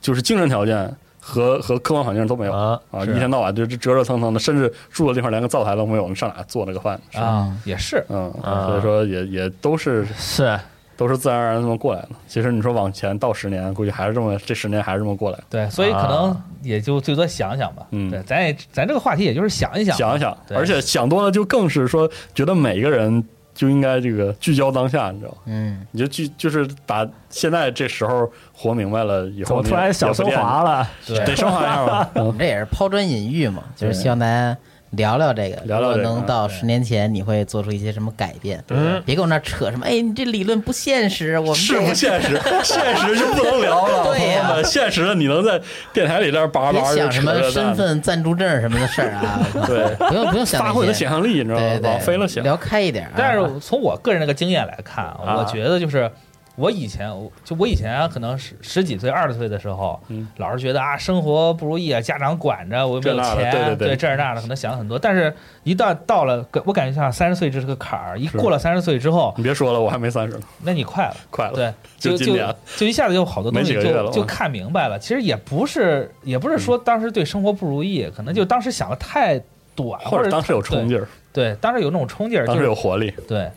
就是精神条件和和客观环境都没有
啊
啊，
是
一天到晚就就折折腾腾的，甚至住的地方连个灶台都没有，上哪做那个饭？是吧
啊，也是，
嗯，
啊
所以说也也都是
是，
都是自然而然这么过来的。其实你说往前到十年，估计还是这么，这十年还是这么过来的。
对，所以可能
啊
也就最多想想吧。
嗯
对，咱也咱这个话题也就是想一想，
啊
想一想，
对
而且想多了就更是说，觉得每个人就应该这个聚焦当下，你知道吗？
嗯，
你就聚就是把现在这时候活明白了以
怎
后
么
你也，
突然小
也不
升
惦记
啊
华了？
对
得升华一下吧。
我
嗯
们这也是抛砖引玉嘛，就是希望大家聊聊这个，
聊聊这个
如
嗯
果能到
对
十年前你会做出一些什么改变？
嗯，
别跟我那扯什么，哎，你这理论不现实，我们
是
这个
不现 实，现实就不能聊了。
对呀
朋友们现实的你能在电台里这儿叭
别
叭就
想什
扯
么
扯淡
身，份赞助证什么的事儿啊，
对，
不用不用想
发挥你
那
的
些
想，象力，你知道吗
对？对，
往飞了想，
聊开一点啊。
但是从我个人那个经验来看，
啊
我觉得就是我以前，我就我以前啊可能十十几岁、二十岁的时候，
嗯
老是觉得啊生活不如意啊，家长管着，我又没有
这那的
钱，
对对对
这儿那的，可能想了很多。但是一旦到了个，我感觉像三十岁这是个坎儿，一
是
过了三十岁之后，
你别说了，我还没三十呢，
那你快了。
快了。
对，就
就今
就
年
就一下子就好多东西
没几个月了嗯
就
嘛
就看明白了。其实也不是，也不是说当时对生活不如意，可能就当时想的太短，
或者当时有冲劲儿，
对，当时有那种冲劲儿，就
当时
是
有活力，
对，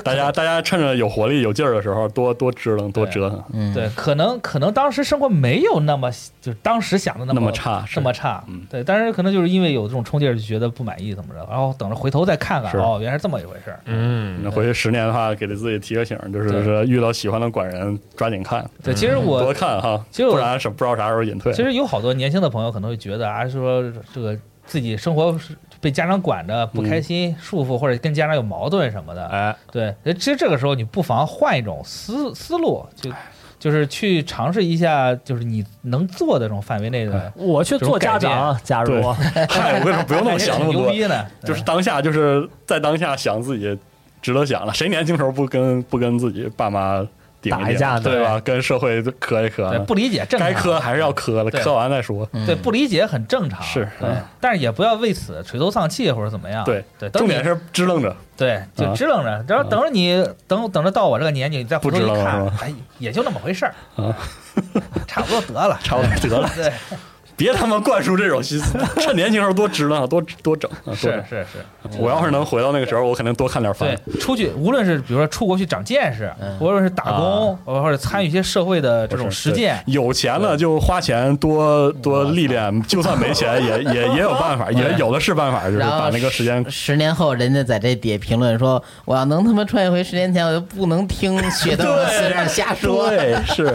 大家大家趁着有活力、有劲儿的时候，多多支棱、多折腾，
嗯，
对，可能可能当时生活没有那么，就是当时想的那
那么
么
差是
那么差
嗯，
对，但是可能就是因为有这种冲劲儿，就觉得不满意怎么着，然后等着回头再看看，
是
哦，原来是这么一回事儿，
嗯
那回去十年的话，给自己提个醒儿，就是
对
说遇到喜欢的管人，抓紧看，
对，其实
嗯多
我
看哈，
其实我
不然是不知道啥时候隐退。
其实有好多年轻的朋友可能会觉得啊，说这个自己生活是被家长管着不开
嗯
心、束缚，或者跟家长有矛盾什么的，
哎，
对，其实这个时候你不妨换一种思思路，就就是去尝试一下，就是你能做的这种范围内的，
我去做家长，假如
对哎嗨，我 跟你说，哎不用那么想那么
牛
多，
逼呢，对
就是当下，就是在当下想自己值得想了。谁年轻时候不跟不跟自己爸妈顶
打一
顶
架呢
对吧？跟社会磕一磕啊
对，不理解正常
嗯该磕还是要磕了，
对
磕完再说。
嗯
对，不理解很正常，
是
对
嗯，
但是也不要为此垂头丧气或者怎么样，
对
对，等
重
你
点是支棱着，
对，就
啊
支棱着，然后等着你等等着到我这个年纪，你再回头
不支
一
棱
看
是吧，
哎，也就那么回事儿
啊，
差不多 得 了，
差不多得了，
对，
别他妈灌输这种心思，趁年轻时候多支棱，多多整。啊多
是
整
是是，
我要是能回到那个时候，我肯定多看点番
对。，出去无论是比如说出国去长见识，无论是打工或者参与一些社会的这种
不是
实践，
对有钱了就花钱多多历练，就算没钱也也也有办法，也有的是办法，就是
然后
把那个时间
十十年后，人家在这底下评论说：“我要能他妈穿越回十年前，我就不能听雪灯
对
在这儿瞎说，
对是。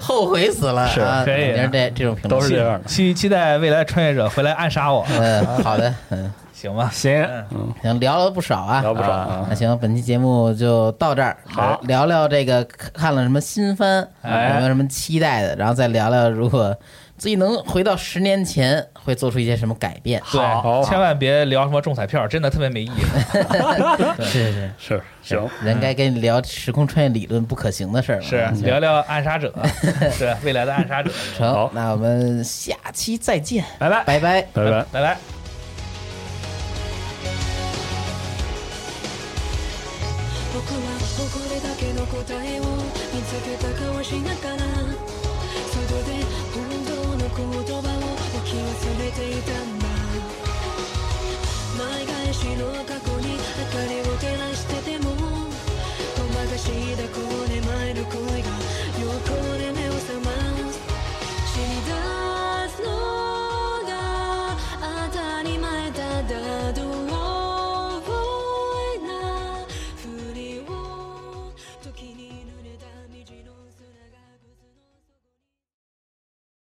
后悔死了。”
是
啊，
可以
肯定是这这种评论
都是这样的啊
期期待未来穿越者回来暗杀我，
嗯，好的，嗯，
行 吗？
行，
行，聊了不少啊，
聊不少
啊
啊
那行，本期节目就到这儿，
好
聊聊这个看了什么新番，
哎
有没有什么期待的，然后再聊聊如果自己能回到十年前会做出一些什么改变。
对，
好
千万别聊什么中彩票，真的特别没意义。
是是，
是行，
人该跟你聊时空穿越理论不可行的事儿嘛。
是
嗯
聊聊暗杀者，对未来的暗杀者，
成
好，
那我们下期再见，
拜拜。
拜拜。
拜拜。
拜拜。
僕は誇れだけの答えを見つけた顔しながらそこで本当の言葉を置き忘れていたんだ前返しの過去に明かりを照らしててもまがしだこ